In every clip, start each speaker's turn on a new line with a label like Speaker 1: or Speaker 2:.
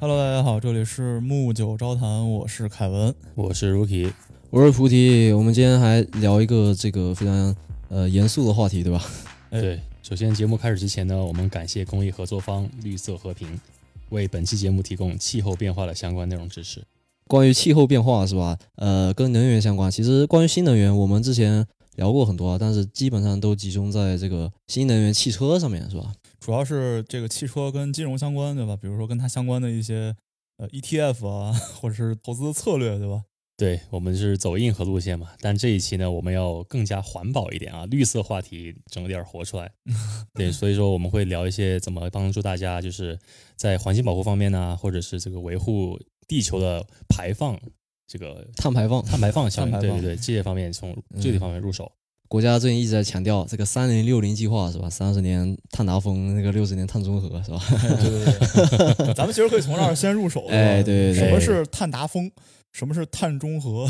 Speaker 1: Hello，大家好，这里是木九招谈，我是凯文。
Speaker 2: 我是 Rookie，
Speaker 3: 我是菩提，我们今天还聊一个这个非常呃严肃的话题，对吧？
Speaker 1: 哎
Speaker 2: 对，首先节目开始之前呢，我们感谢公益合作方绿色和平，为本期节目提供气候变化的相关内容支持。
Speaker 3: 关于气候变化是吧？呃，跟能源相关。其实关于新能源，我们之前聊过很多啊，但是基本上都集中在这个新能源汽车上面，是吧？
Speaker 1: 主要是这个汽车跟金融相关，对吧？比如说跟它相关的一些呃 ETF 啊， 或者是投资策略，对 吧？
Speaker 2: 对我们是走硬核路线嘛，但这一期呢，我们要更加环保一点啊，绿色话题整点儿活 出来。对，所以说我们会聊一些怎么帮助大家，就是在环境保护方面呢，或者是这个维护地球的排放，这个
Speaker 3: 碳排放，
Speaker 2: 碳排放效应，
Speaker 1: 碳排
Speaker 2: 对
Speaker 1: 放
Speaker 2: 对对，这些方面从这些方面入手。
Speaker 3: 国家最近一直在强调这个“三零六零”计划，是吧？三十年碳达峰，那个六十年碳中和，是吧？
Speaker 1: 对对对对，咱们其实可以从这儿先入手。对吧
Speaker 3: 哎对对对
Speaker 1: 什么是碳达峰？什么是碳中和？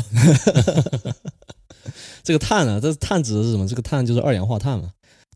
Speaker 3: 这个碳啊，这碳指的是什么？这个碳就是二氧化碳嘛。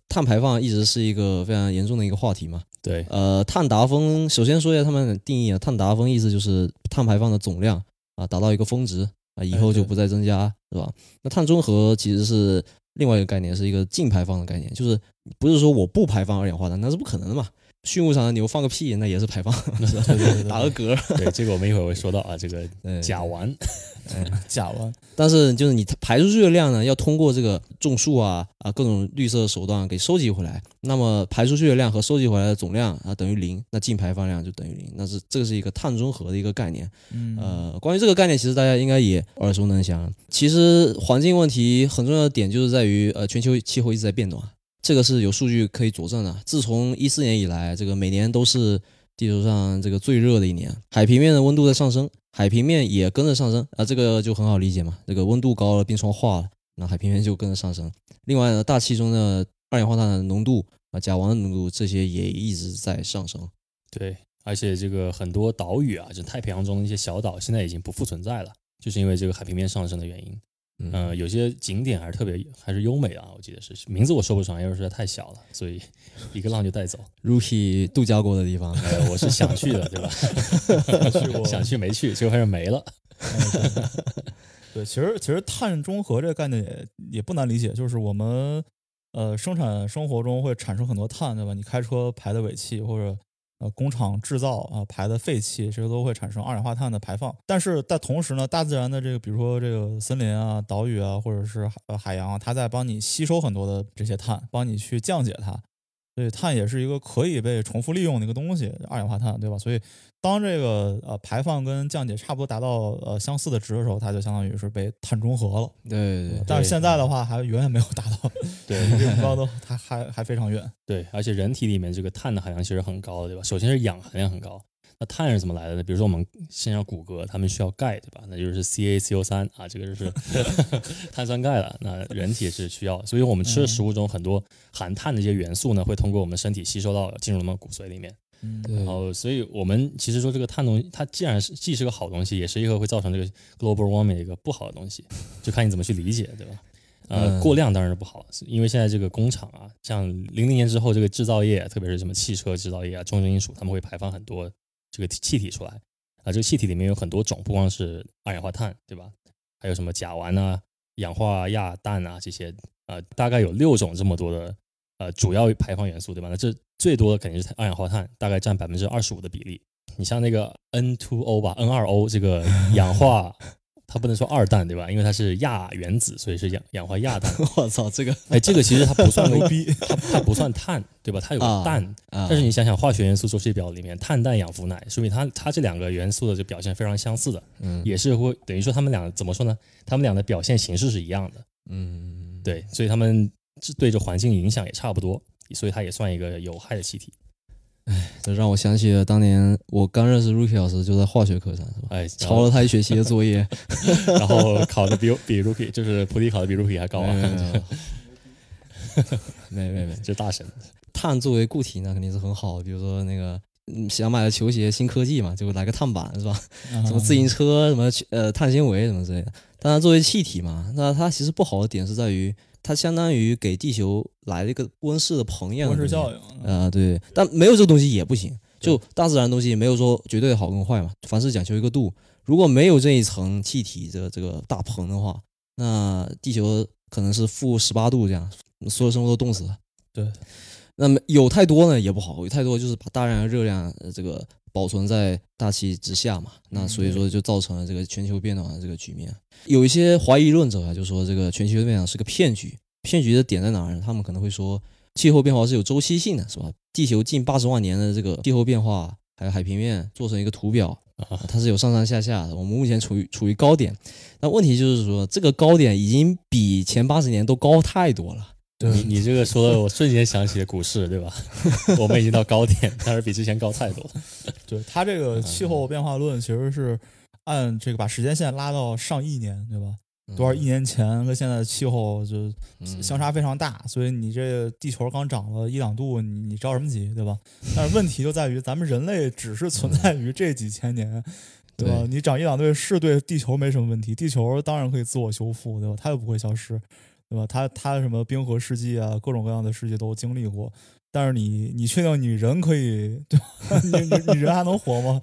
Speaker 3: 碳排放一直是一个非常严重的一个话题嘛。
Speaker 2: 对，
Speaker 3: 呃，碳达峰，首先说一下他们的定义啊，碳达峰意思就是碳排放的总量啊达到一个峰值啊，以
Speaker 1: 哎
Speaker 3: 后就
Speaker 1: 对
Speaker 3: 不再增加，是吧？那碳中和其实是另外一个概念，是一个净排放的概念，就是不是说我不排放二氧化碳，那是不可能的嘛。畜牧场的牛放个屁，那也是排放，
Speaker 1: 对对对
Speaker 3: 打个嗝，
Speaker 2: 对，这个我们一会儿会说到啊，这个
Speaker 3: 对
Speaker 2: 甲烷，
Speaker 1: 假完。
Speaker 3: 但是就是你排出去的量呢，要通过这个种树啊啊各种绿色手段给收集回来。那么排出去的量和收集回来的总量啊等于零，那净排放量就等于零。那是这是一个碳中和的一个概念。
Speaker 1: 嗯，
Speaker 3: 呃，关于这个概念，其实大家应该也耳熟能详。其实环境问题很重要的点就是在于，呃，全球气候一直在变暖，这个是有数据可以佐证的。自从一四年以来，这个每年都是地球上这个最热的一年，海平面的温度在上升，海平面也跟着上升啊、这个就很好理解嘛。这个温度高了，冰川化了，那海平面就跟着上升。另外呢，大气中的二氧化碳的浓度啊、甲烷的浓度这些也一直在上升。
Speaker 2: 对，而且这个很多岛屿啊，就太平洋中的一些小岛，现在已经不复存在了，就是因为这个海平面上升的原因。
Speaker 3: 嗯
Speaker 2: 呃，有些景点还是特别还是优美的啊，我记得是名字我说不上，因为实在太小了，所 以一个浪就带走。
Speaker 3: ，Rookie 度假过的地方。
Speaker 2: 呃，我是想去的， 对吧？
Speaker 1: 去过
Speaker 2: 想去没去，结果发现没了。
Speaker 1: 对，其实其实碳中和这个概念也也不难理解，就是我们呃生产生活中会产生很多碳，对吧？你开车排的尾气，或者呃工厂制造啊、排的废气，这些都会产生二氧化碳的排放。但是在同时呢，大自然的这个，比如说这个森林啊、岛屿啊，或者是海呃海洋啊，它在帮你吸收很多的这些碳，帮你去降解它。所以碳也是一个可以被重复利用的一个东西，二氧化碳，对吧？所以当这个呃排放跟降解差不多达到呃相似的值的时候，它就相当于是被碳中和了。
Speaker 3: 对对对。
Speaker 1: 但是现在的话，还远远没有达到
Speaker 2: 对
Speaker 1: 这个目标，都还还还非常远。
Speaker 2: 对，而且人体里面这个碳的含量其实很高的，对吧？首先是氧含量很高，那碳是怎么来的呢？比如说我们身上骨骼，它们需要钙，对吧？那就是 CaCO 三啊，这个就是 碳酸钙了。那人体也是需要，所以我们吃的食物中很多含碳的一些元素呢，会通过我们身体吸收到进入我们骨髓里面。
Speaker 1: 嗯，
Speaker 3: 对
Speaker 2: 然后，所以我们其实说这个碳东西，它既然是既是个好东西，也是一个会造成这个 global warming 的一个不好的东西，就看你怎么去理解，对吧？呃，
Speaker 3: 嗯
Speaker 2: 过量当然是不好，因为现在这个工厂啊，像零零年之后，这个制造业，特别是什么汽车制造业啊，重金属，他们会排放很多这个气体出来啊。这个气体里面有很多种，不光是二氧化碳，对吧？还有什么甲烷啊、氧化亚氮啊这些，呃，大概有六种这么多的呃主要排放元素，对吧？那这最多的肯定是二氧化碳，大概占百分之二十五的比例。你像那个 N2O 吧，N2O 这个氧化，它不能说二氮对吧？因为它是亚原子，所以是氧氧化亚氮。
Speaker 3: 我操，这个
Speaker 2: 哎，这个其实它不 算
Speaker 1: 牛逼，
Speaker 2: 它它不算碳对吧？它有个
Speaker 3: 啊
Speaker 2: 氮，
Speaker 3: 啊，
Speaker 2: 但是你想想化学元素周期表里面碳、氮、氧、氟、氖，说明它它这两个元素的这表现非常相似的，
Speaker 3: 嗯
Speaker 2: 也是会等于说它们俩怎么说呢？它们俩的表现形式是一样的。
Speaker 3: 嗯，
Speaker 2: 对，所以他们这对这环境影响也差不多，所以它也算一个有害的气体。
Speaker 3: 这让我想起了当年我刚认识 Rookie 老师就在化学课上是吧？
Speaker 2: 哎，
Speaker 3: 抄 了他一学期的作业，
Speaker 2: 然后，然后考的比我比 Rookie 就是菩提考的比 Rookie 还高
Speaker 3: 没
Speaker 2: 啊，
Speaker 3: 有没有没有没没没，
Speaker 2: 这大神。
Speaker 3: 碳作为固体那肯定是很好，比如说那个。嗯，想买的球鞋新科技嘛，就来个碳板是吧？
Speaker 1: 嗯
Speaker 3: 什么自行车，什么呃碳纤维什么之类的。但它作为气体嘛，那它其实不好的点是在于，它相当于给地球来了一个温室的膨一样的
Speaker 1: 温室
Speaker 3: 东
Speaker 1: 效
Speaker 3: 西
Speaker 1: 应？
Speaker 3: 呃
Speaker 1: 嗯
Speaker 3: 啊、对，但没有这个东西也不行。就大自然的东西没有说绝对的好跟坏嘛，凡事讲求一个度。如果没有这一层气体的这个大棚的话，那地球可能是负十八度这样，所有生物都冻死了。
Speaker 1: 对，
Speaker 3: 那么有太多呢也不好，有太多就是把大量的热量呃这个保存在大气之下嘛，那所以说就造成了这个全球变暖的这个局面。有一些怀疑论者啊，就说这个全球变暖是个骗局，骗局的点在哪儿呢？他们可能会说，气候变化是有周期性的，是吧？地球近八十万年的这个气候变化，还有海平面做成一个图表，
Speaker 2: 啊，
Speaker 3: 它是有上上下下的。我们目前处于处于高点，那问题就是说，这个高点已经比前八十年都高太多了。
Speaker 2: 你你这个说的，我瞬间想起了股市， 对吧？我们已经到高点，但是比之前高太多。
Speaker 1: 对它这个气
Speaker 3: 嗯
Speaker 1: 候变化论其实是按这个把时间线拉到上亿年，对吧？多少亿年前跟现在的气候就
Speaker 3: 嗯
Speaker 1: 相差非常大，所以你这地球刚涨了一两度，你你着什么急，对吧？但是问题就在于咱们人类只是存在于这几千年，对吧？
Speaker 3: 对
Speaker 1: 你涨一两度是对地球没什么问题，地球当然可以自我修复，对吧？它又不会消失，对吧？它它什么冰河世纪啊，各种各样的世纪都经历过。但是你，你确定你人可以，对吧？ 你你你人还能活吗？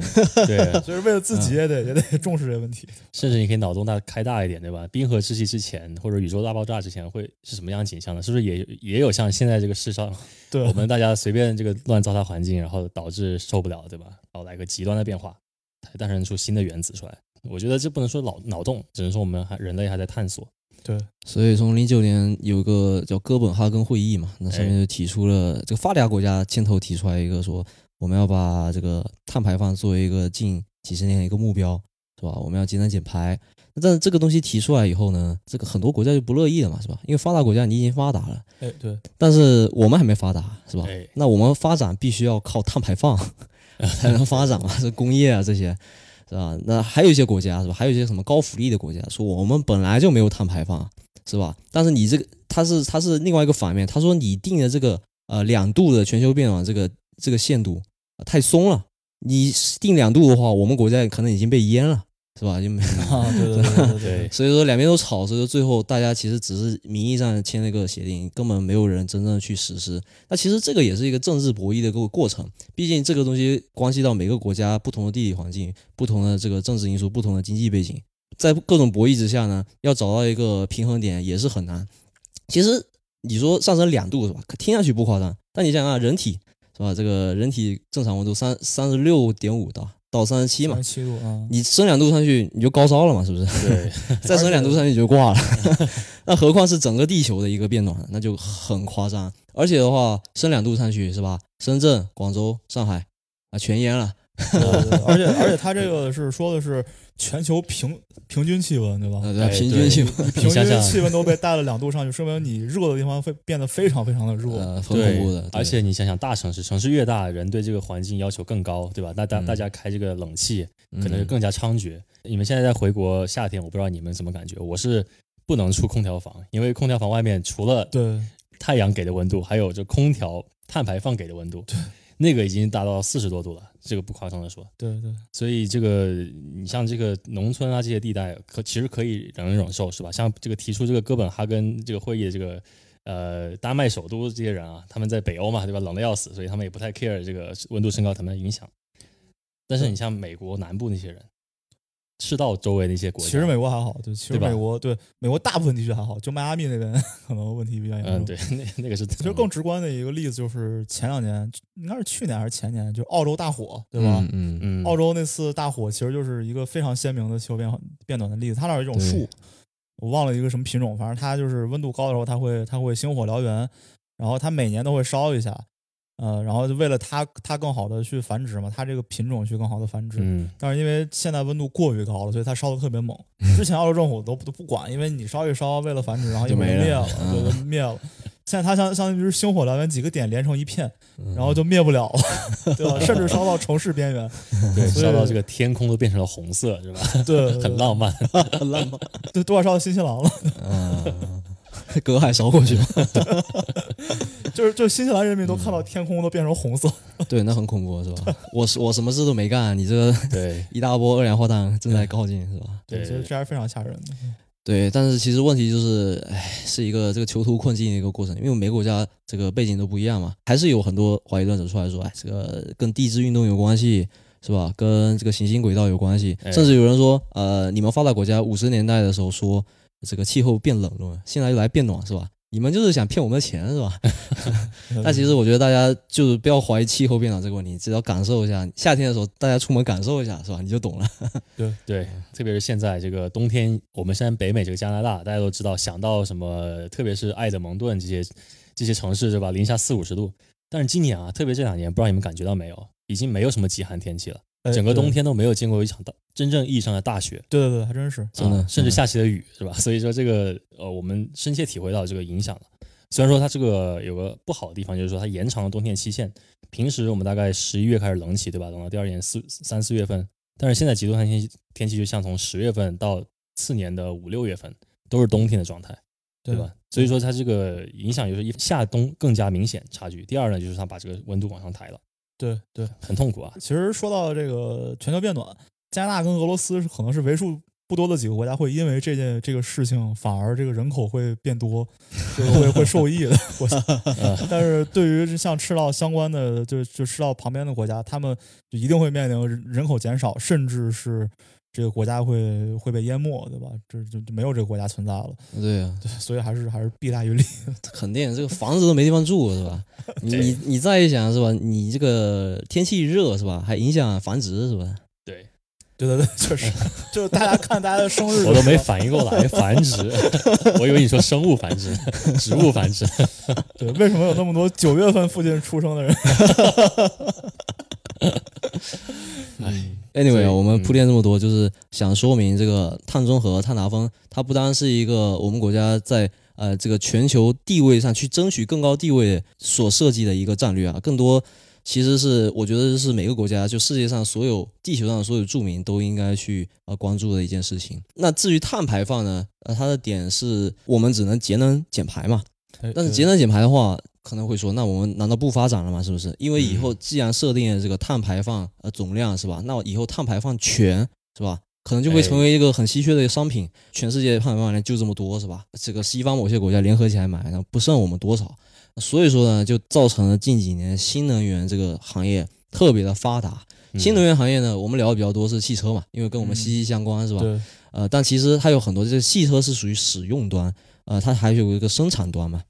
Speaker 2: 对，
Speaker 1: 所以为了自己也得、也得重视这个问题。
Speaker 2: 甚至你可以脑洞大开大一点，对吧？冰河世纪之前或者宇宙大爆炸之前会是什么样的景象呢？是不是也也有像现在这个世上，
Speaker 1: 对，
Speaker 2: 我们大家随便这个乱糟蹋环境，然后导致受不了，对吧？然后来个极端的变化，才诞生出新的原子出来。我觉得这不能说脑脑洞，只能说我们还人类还在探索。
Speaker 1: 对
Speaker 3: 所以从零九年有一个叫哥本哈根会议嘛，那
Speaker 1: 哎
Speaker 3: 上面就提出了这个发达国家牵头提出来一个说，我们要把这个碳排放作为一个近几十年的一个目标，是吧？我们要节能减排。那但是这个东西提出来以后呢，这个很多国家就不乐意了嘛，是吧？因为发达国家你已经发达了，
Speaker 1: 哎对，
Speaker 3: 但是我们还没发达，是吧
Speaker 2: 哎？
Speaker 3: 那我们发展必须要靠碳排放才能发展嘛，是工业啊这些，是吧？那还有一些国家是吧？还有一些什么高福利的国家，说我们本来就没有碳排放，是吧？但是你这个，它是它是另外一个反面，他说你定的这个呃两度的全球变暖这个这个限度、呃太松了，你定两度的话，我们国家可能已经被淹了，是吧？就没。
Speaker 1: 啊，对对对对对
Speaker 2: 对，
Speaker 3: 所以说两边都吵，所以说最后大家其实只是名义上签了一个协定，根本没有人真正去实施。那其实这个也是一个政治博弈的过过程，毕竟这个东西关系到每个国家不同的地理环境、不同的这个政治因素、不同的经济背景，在各种博弈之下呢，要找到一个平衡点也是很难。其实你说上升两度是吧？可听上去不夸张，但你想想、啊、人体是吧？这个人体正常温度三三十六点五到到三十七嘛
Speaker 1: 三十，七度啊，
Speaker 3: 你升两度上去你就高烧了嘛，是不是？
Speaker 2: 对，
Speaker 3: 再升两度上去就挂了， 那何况是整个地球的一个变暖，那就很夸张。而且的话，升两度上去是吧？深圳、广州、上海啊，全淹了。
Speaker 1: 对对 对而且而且它这个是说的是全球平平均气温，对吧？
Speaker 3: 啊，对
Speaker 2: 哎
Speaker 3: 吧，平均性，
Speaker 1: 平
Speaker 2: 想
Speaker 1: 均
Speaker 2: 想
Speaker 1: 气温都被带了两度上去，说明你热的地方会变得非常非常的热。
Speaker 3: 呃，很
Speaker 2: 对，
Speaker 3: 恐怖的。对
Speaker 2: 而且你想想，大城市，城市越大，人对这个环境要求更高，对吧？那大
Speaker 3: 嗯
Speaker 2: 大家开这个冷气，可能就更加猖獗。你们现在在回国夏天，我不知道你们什么感觉，我是不能出空调房，因为空调房外面除了
Speaker 1: 对，
Speaker 2: 太阳给的温度，还有这空调碳排放给的温度，那个已经达到四十多度了，这个不夸张的说。
Speaker 1: 对对
Speaker 2: 所以这个你像这个农村啊这些地带，可其实可以忍忍受，是吧？像这个提出这个哥本哈根这个会议的这个呃丹麦首都这些人啊，他们在北欧嘛，对吧？冷的要死，所以他们也不太 care 这个温度升高他们的影响。但是你像美国南部那些人，赤道周围那些国家，
Speaker 1: 其实美国还好，对，其实
Speaker 2: 对吧
Speaker 1: 美国对美国大部分地区还好，就迈阿密那边 可能问题比较严重。
Speaker 2: 嗯，对，那那个是
Speaker 1: 其实更直观的一个例子就是前两年，应该是去年还是前年，就澳洲大火，对吧？
Speaker 3: 嗯嗯嗯，
Speaker 2: 嗯
Speaker 1: 澳洲那次大火其实就是一个非常鲜明的气候变化变暖的例子。它那儿有一种
Speaker 3: 对
Speaker 1: 树，我忘了一个什么品种，反正它就是温度高的时候，它会它会星火燎原，然后它每年都会烧一下，呃，然后就为了它它更好的去繁殖嘛，它这个品种去更好的繁殖。
Speaker 2: 嗯
Speaker 1: 但是因为现在温度过于高了，所以它烧的特别 猛。之前澳洲政府都不都不管，因为你烧一烧，为了繁殖，然后
Speaker 3: 就
Speaker 1: 一会儿
Speaker 3: 没
Speaker 1: 灭
Speaker 3: 了
Speaker 1: 了，对，就灭了。现在它相相当于是星火燎原，几个点连成一片，
Speaker 3: 嗯
Speaker 1: 然后就灭不了了， 对吧？甚至烧到城市边缘，
Speaker 2: 对，
Speaker 1: 所以
Speaker 2: 烧到这个天空都变成了红色，是吧？
Speaker 1: 对，
Speaker 2: 很 浪漫。
Speaker 3: 很浪 漫。
Speaker 1: 对，多少烧到新西兰了？
Speaker 3: 嗯，隔海烧过去了。
Speaker 1: 就是就新西兰人民都看到天空都变成红色，
Speaker 3: 对，那很恐怖，啊是 吧？我是我什么事都没干，你这个
Speaker 2: 对
Speaker 3: 一大波二氧化碳正在靠近，是吧？
Speaker 1: 对，
Speaker 2: 对
Speaker 1: 所以这还是非常吓人的。
Speaker 3: 对，但是其实问题就是，哎，是一个这个囚徒困境的一个过程，因为每个国家这个背景都不一样嘛，还是有很多怀疑论者出来说，哎，这个跟地质运动有关系，是吧？跟这个行星轨道有关系，
Speaker 2: 哎
Speaker 3: 甚至有人说，呃，你们发达国家五十年代的时候说这个气候变冷了，现在又来变暖，是吧？你们就是想骗我们的钱，是吧？ 但其实我觉得大家就是不要怀疑气候变暖这个问题，只要感受一下，夏天的时候大家出门感受一下，是吧？你就懂了。
Speaker 2: 对，特别是现在这个冬天，我们现在北美这个加拿大，大家都知道，想到什么，特别是爱德蒙顿这些这些城市，对吧？零下四五十度。但是今年啊，特别这两年，不知道你们感觉到没有，已经没有什么极寒天气了，
Speaker 1: 哎
Speaker 2: 整个
Speaker 1: 对
Speaker 2: 冬天都没有见过一场大真正意义上的大雪，
Speaker 1: 对对对，还真是。
Speaker 3: 真的
Speaker 2: 啊甚至
Speaker 3: 嗯
Speaker 2: 下起了雨，是吧？ 所以说这个呃，我们深切体会到这个影响了。虽然说它这个有个不好的地方，就是说它延长了冬天期限。平时我们大概十一月开始冷起，对吧？等到第二年四三四月份，但是现在极端天气天气就像从十月份到次年的五六月份都是冬天的状态，对
Speaker 1: 对
Speaker 2: 吧？所以说它这个影响就是一夏冬更加明显差距。第二呢，就是它把这个温度往上抬了，
Speaker 1: 对对，
Speaker 2: 很痛苦啊。
Speaker 1: 其实说到这个全球变暖，加拿大跟俄罗斯是可能是为数不多的几个国家会因为这件这个事情，反而这个人口会变 多，就是会会受益的。我想但是对于像赤道相关的，就就赤道旁边的国家，他们就一定会面临人人口减少，甚至是这个国家会会被淹没，对吧？这就就没有这个国家存在了，
Speaker 3: 对啊，
Speaker 1: 对，所以还是还是弊大于利。
Speaker 3: 肯定这个房子都没地方住，是吧？你你你再一想是吧？你这个天气热是吧？还影响繁殖是吧？
Speaker 2: 对
Speaker 1: 对对对，确 实，就是大家看大家的生日，
Speaker 2: 我都没反应过来， 繁殖，我以为你说生物繁殖， 植物繁殖。
Speaker 1: 对，为什么有那么多九月份附近出生的人？
Speaker 2: 哎，所以
Speaker 3: Anyway，我们
Speaker 2: 嗯
Speaker 3: 铺垫这么多，就是想说明这个碳中和、碳达峰，它不单是一个我们国家在呃这个全球地位上去争取更高地位所设计的一个战略啊，更多其实是我觉得是每个国家，就世界上所有地球上所有著名都应该去呃关注的一件事情。那至于碳排放呢，呃，它的点是我们只能节能减排嘛，但是节能减排的话，可能会说，那我们难道不发展了吗？是不是？因为以后既然设定了这个碳排放呃总量是吧？那以后碳排放权是吧？可能就会成为一个很稀缺的商品，全世界碳排放量就这么多是吧？这个西方某些国家联合起来买，然后不剩我们多少，所以说呢，就造成了近几年新能源这个行业特别的发达。
Speaker 2: 嗯
Speaker 3: 新能源行业呢，我们聊的比较多是汽车嘛，因为跟我们
Speaker 1: 嗯
Speaker 3: 息息相关是吧？
Speaker 1: 对
Speaker 3: 呃，但其实它有很多，这汽车是属于使用端，呃，它还有一个生产端嘛。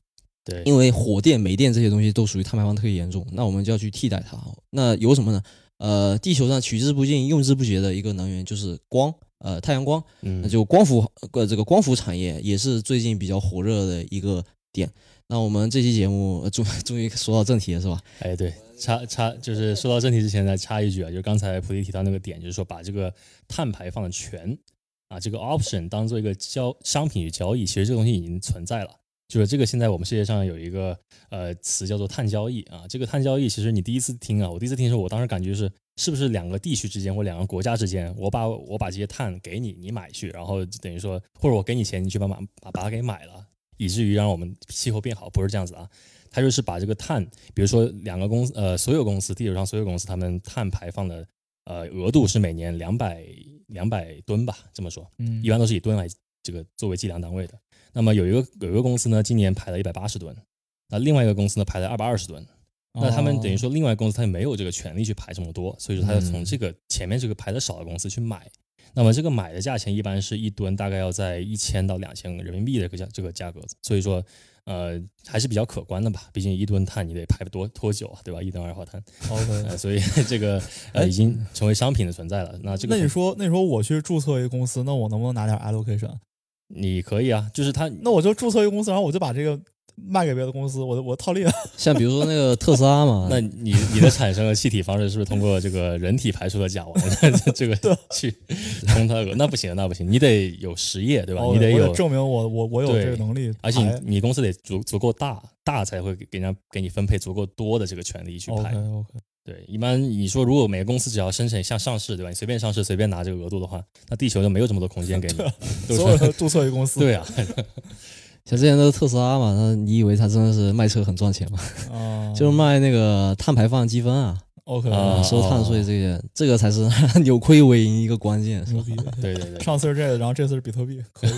Speaker 2: 对，
Speaker 3: 因为火电、煤电这些东西都属于碳排放特别严重，那我们就要去替代它。那有什么呢？呃，地球上取之不尽、用之不竭的一个能源就是光，呃，太阳光。那
Speaker 2: 嗯，
Speaker 3: 就光伏，呃，这个光伏产业也是最近比较火热的一个点。那我们这期节目呃终终于说到正题了，是吧？
Speaker 2: 哎，对，插插就是说到正题之前再插一句啊，就是刚才菩提提到那个点，就是说把这个碳排放的权啊，这个 option 当做一个交商品与交易，其实这个东西已经存在了。就是这个，现在我们世界上有一个呃词叫做碳交易啊。这个碳交易，其实你第一次听啊，我第一次听的时候，我当时感觉是是不是两个地区之间或两个国家之间，我把我把这些碳给你，你买去，然后等于说或者我给你钱，你去把把把把它给买了，以至于让我们气候变好，不是这样子啊。它就是把这个碳，比如说两个公司，呃，所有公司，地球上所有公司，他们碳排放的呃额度是每年两百两百吨吧，这么说，
Speaker 1: 嗯
Speaker 2: 一般都是以吨来这个作为计量单位的。那么有一个有一个公司呢，今年排了一百八十吨，那另外一个公司呢排了二百二十吨。那他
Speaker 1: 哦
Speaker 2: 们等于说，另外一个公司它没有这个权利去排这么多，所以说它要从
Speaker 3: 嗯
Speaker 2: 这个前面这个排的少的公司去买。那么这个买的价钱一般是一吨大概要在一千到两千人民币的这个价这个价格，所以说呃还是比较可观的吧。毕竟一吨碳你得排多多久啊，对吧？一吨二氧化碳，
Speaker 1: OK。
Speaker 2: 呃、所以这个呃
Speaker 1: 哎
Speaker 2: 已经成为商品的存在了。那这个
Speaker 1: 那你说，那时候我去注册一个公司，那我能不能拿点 allocation？
Speaker 2: 你可以啊，就是它，
Speaker 1: 那我就注册一个公司，然后我就把这个卖给别的公司，我我套利了。
Speaker 3: 像比如说那个特斯拉
Speaker 1: 嗯
Speaker 3: 嘛
Speaker 2: 那你你的产生的气体方式是不是通过这个人体排出的 甲烷这个去冲它的那不行，那不行，你得有实业对吧？
Speaker 1: 哦
Speaker 2: 你得
Speaker 1: 我
Speaker 2: 有，
Speaker 1: 证明我我我有
Speaker 2: 对
Speaker 1: 这个能力，
Speaker 2: 而且
Speaker 1: 排
Speaker 2: 你你公司得足足够大，大才会给给人家给你分配足够多的这个权利去排。
Speaker 1: OK OK，
Speaker 2: 对，一般你说如果每个公司只要申请像上市对吧？你随便上市随便拿这个额度的话，那地球就没有这么多空 间给你。
Speaker 1: 啊
Speaker 2: 都是
Speaker 1: 所有人都注册一个公司，
Speaker 2: 对啊，
Speaker 3: 像之前那个特斯拉嘛，那你以为它真的是卖车很赚钱吗？
Speaker 1: 啊，
Speaker 3: 就是卖那个碳排放积分啊，
Speaker 1: OK，
Speaker 2: 啊
Speaker 3: 收碳税这个，这个才是 扭亏为盈一个关键，是
Speaker 1: 牛
Speaker 3: 吧？
Speaker 1: 逼。
Speaker 2: 对对对，
Speaker 1: 上次是这个，然后这次是比特币，可以。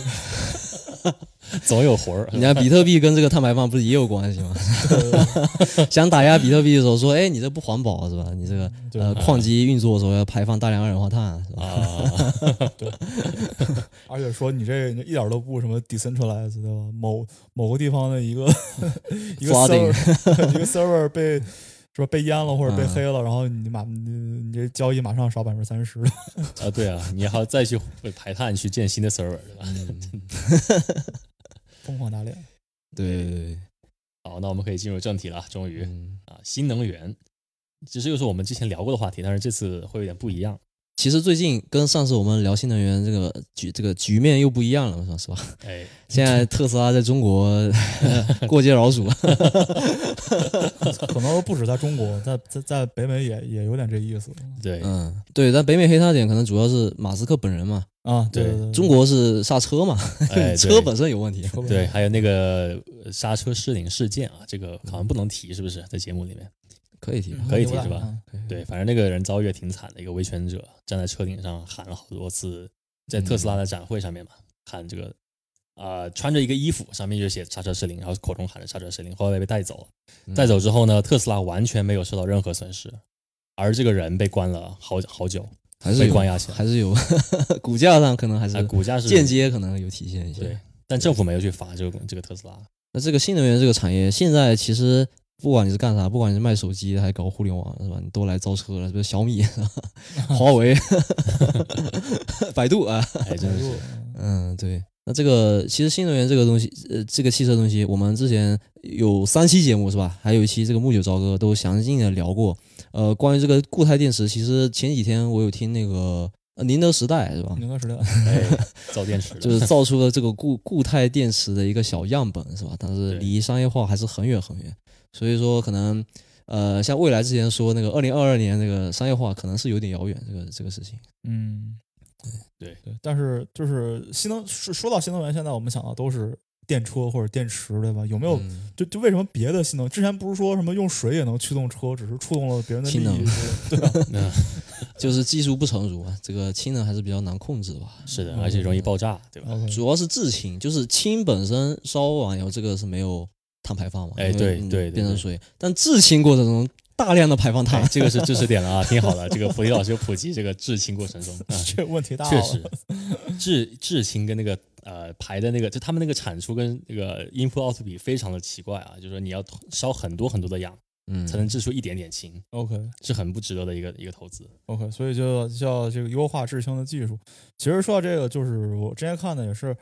Speaker 2: 总有活儿。
Speaker 3: 你看比特币跟这个碳排放不是也有关系吗？ 想打压比特币的时候说，哎，你这不环保是吧？你这个
Speaker 1: 对
Speaker 3: 呃矿机运作的时候要排放大量二氧化碳是吧？
Speaker 2: 啊，
Speaker 1: 而且说你这一点都不什么 decentralized 对吧？某某个地方的一 个一个
Speaker 3: Flooding
Speaker 1: server 一个 server 被是吧被淹了或者被
Speaker 3: 嗯
Speaker 1: 黑了，然后你马你你这交易马上少百分之三十，
Speaker 2: 啊，对啊，你还要再去排碳去建新的 server，对吧？
Speaker 1: 疯狂打 脸。
Speaker 3: 对对对，
Speaker 2: 好，那我们可以进入正题了，终于
Speaker 3: 嗯，
Speaker 2: 啊，新能源，其实又是我们之前聊过的话题，但是这次会有点不一样
Speaker 3: 其实最近跟上次我们聊新能源这个局这个局面又不一样了，是吧是吧？
Speaker 2: 哎。
Speaker 3: 现在特斯拉在中国 过街老鼠，
Speaker 1: 可能不止在中国，在在在北美也也有点这意思
Speaker 2: 对，
Speaker 3: 嗯，对，但北美黑他点可能主要是马斯克本人嘛，
Speaker 1: 啊。对
Speaker 2: 对
Speaker 1: 对，
Speaker 3: 中国是刹车嘛，
Speaker 2: 嗯 哎，对
Speaker 3: 车本身有问题。
Speaker 1: 说不
Speaker 2: 对，
Speaker 1: 定
Speaker 2: 还有那个呃刹车失灵事件啊，这个好像不能提，是不是？在节目里面，
Speaker 3: 可以提吧？嗯
Speaker 2: 可以提
Speaker 1: 牛
Speaker 2: 是吧
Speaker 1: 奶啊
Speaker 2: 对，反正那个人遭遇挺惨的，一个维权者站在车顶上喊了好多次，在特斯拉的
Speaker 3: 嗯
Speaker 2: 展会上面嘛，喊这个啊、呃穿着一个衣服上面就写刹车失灵，然后口中喊着刹车失灵，后来被带走了。
Speaker 3: 嗯
Speaker 2: 带走之后呢，特斯拉完全没有受到任何损失，而这个人被关了好好久，
Speaker 3: 还是
Speaker 2: 被
Speaker 3: 有
Speaker 2: 关押起来
Speaker 3: 还是有 股价上可能还
Speaker 2: 那
Speaker 3: 是
Speaker 2: 啊股价是
Speaker 3: 间接可能有体现一些。
Speaker 2: 对，但政府没有去罚这个这个特斯拉。
Speaker 3: 那这个新能源这个产业，现在其实不管你是干啥，不管你是卖手机还是搞互联网，是吧？你都来招车了，是不是小米、啊 华为、 百度啊？
Speaker 2: 哎，真的是，
Speaker 3: 嗯，对。那这个其实新能源这个东西，呃，这个汽车东西，我们之前有三期节目是吧？还有一期这个木九朝歌都详尽的聊过。呃，关于这个固态电池，其实前几天我有听那个呃宁德时代是吧？
Speaker 1: 宁德 时代
Speaker 2: 哎，造电池的
Speaker 3: 就是造出了这个固固态电池的一个小样本，是吧？但是
Speaker 2: 对
Speaker 3: 离商业化还是很远很远，所以说可能呃，像未来之前说那个二零二二年那个商业化可能是有点遥远，这个这个事情。
Speaker 1: 嗯，
Speaker 2: 对
Speaker 1: 对，但是就是新能说说到新能源，现在我们想到都是电车或者电池，对吧？有
Speaker 2: 哦
Speaker 1: 没有、
Speaker 3: 嗯
Speaker 1: 就就为什么别的新能之前不是说什么用水也能驱动车，只是触动了别人的利
Speaker 3: 氢能
Speaker 1: 益， 对吧？
Speaker 2: 嗯
Speaker 3: 就是技术不成熟啊，这个氢能还是比较难控制的吧。
Speaker 2: 是的，而且容易爆炸，对吧？
Speaker 1: OK
Speaker 3: 主要是制氢，就是氢本身烧完以后，这个是没有碳排放嘛？
Speaker 2: 哎
Speaker 3: 因为
Speaker 2: 对
Speaker 3: 嗯
Speaker 2: 对对
Speaker 3: 变成
Speaker 2: 对
Speaker 3: 水，但制氢过程中大量的排放碳
Speaker 2: 哎，，这个是知识点了啊，挺好的。这个普及老师有普及这个制氢过程中啊，
Speaker 1: 这问题大
Speaker 2: 确
Speaker 1: 了，
Speaker 2: 实，制制氢跟那个呃排的那个，就他们那个产出跟那个 input out 比非常的奇怪啊，就是说你要烧很多很多的氧
Speaker 3: 嗯，
Speaker 2: 才能制出一点点氢，
Speaker 1: OK
Speaker 2: 是很不值得的一个一个投资。
Speaker 1: OK，所以就要就要这个优化制氢的技术。其实说到这个，就是我之前看的也是，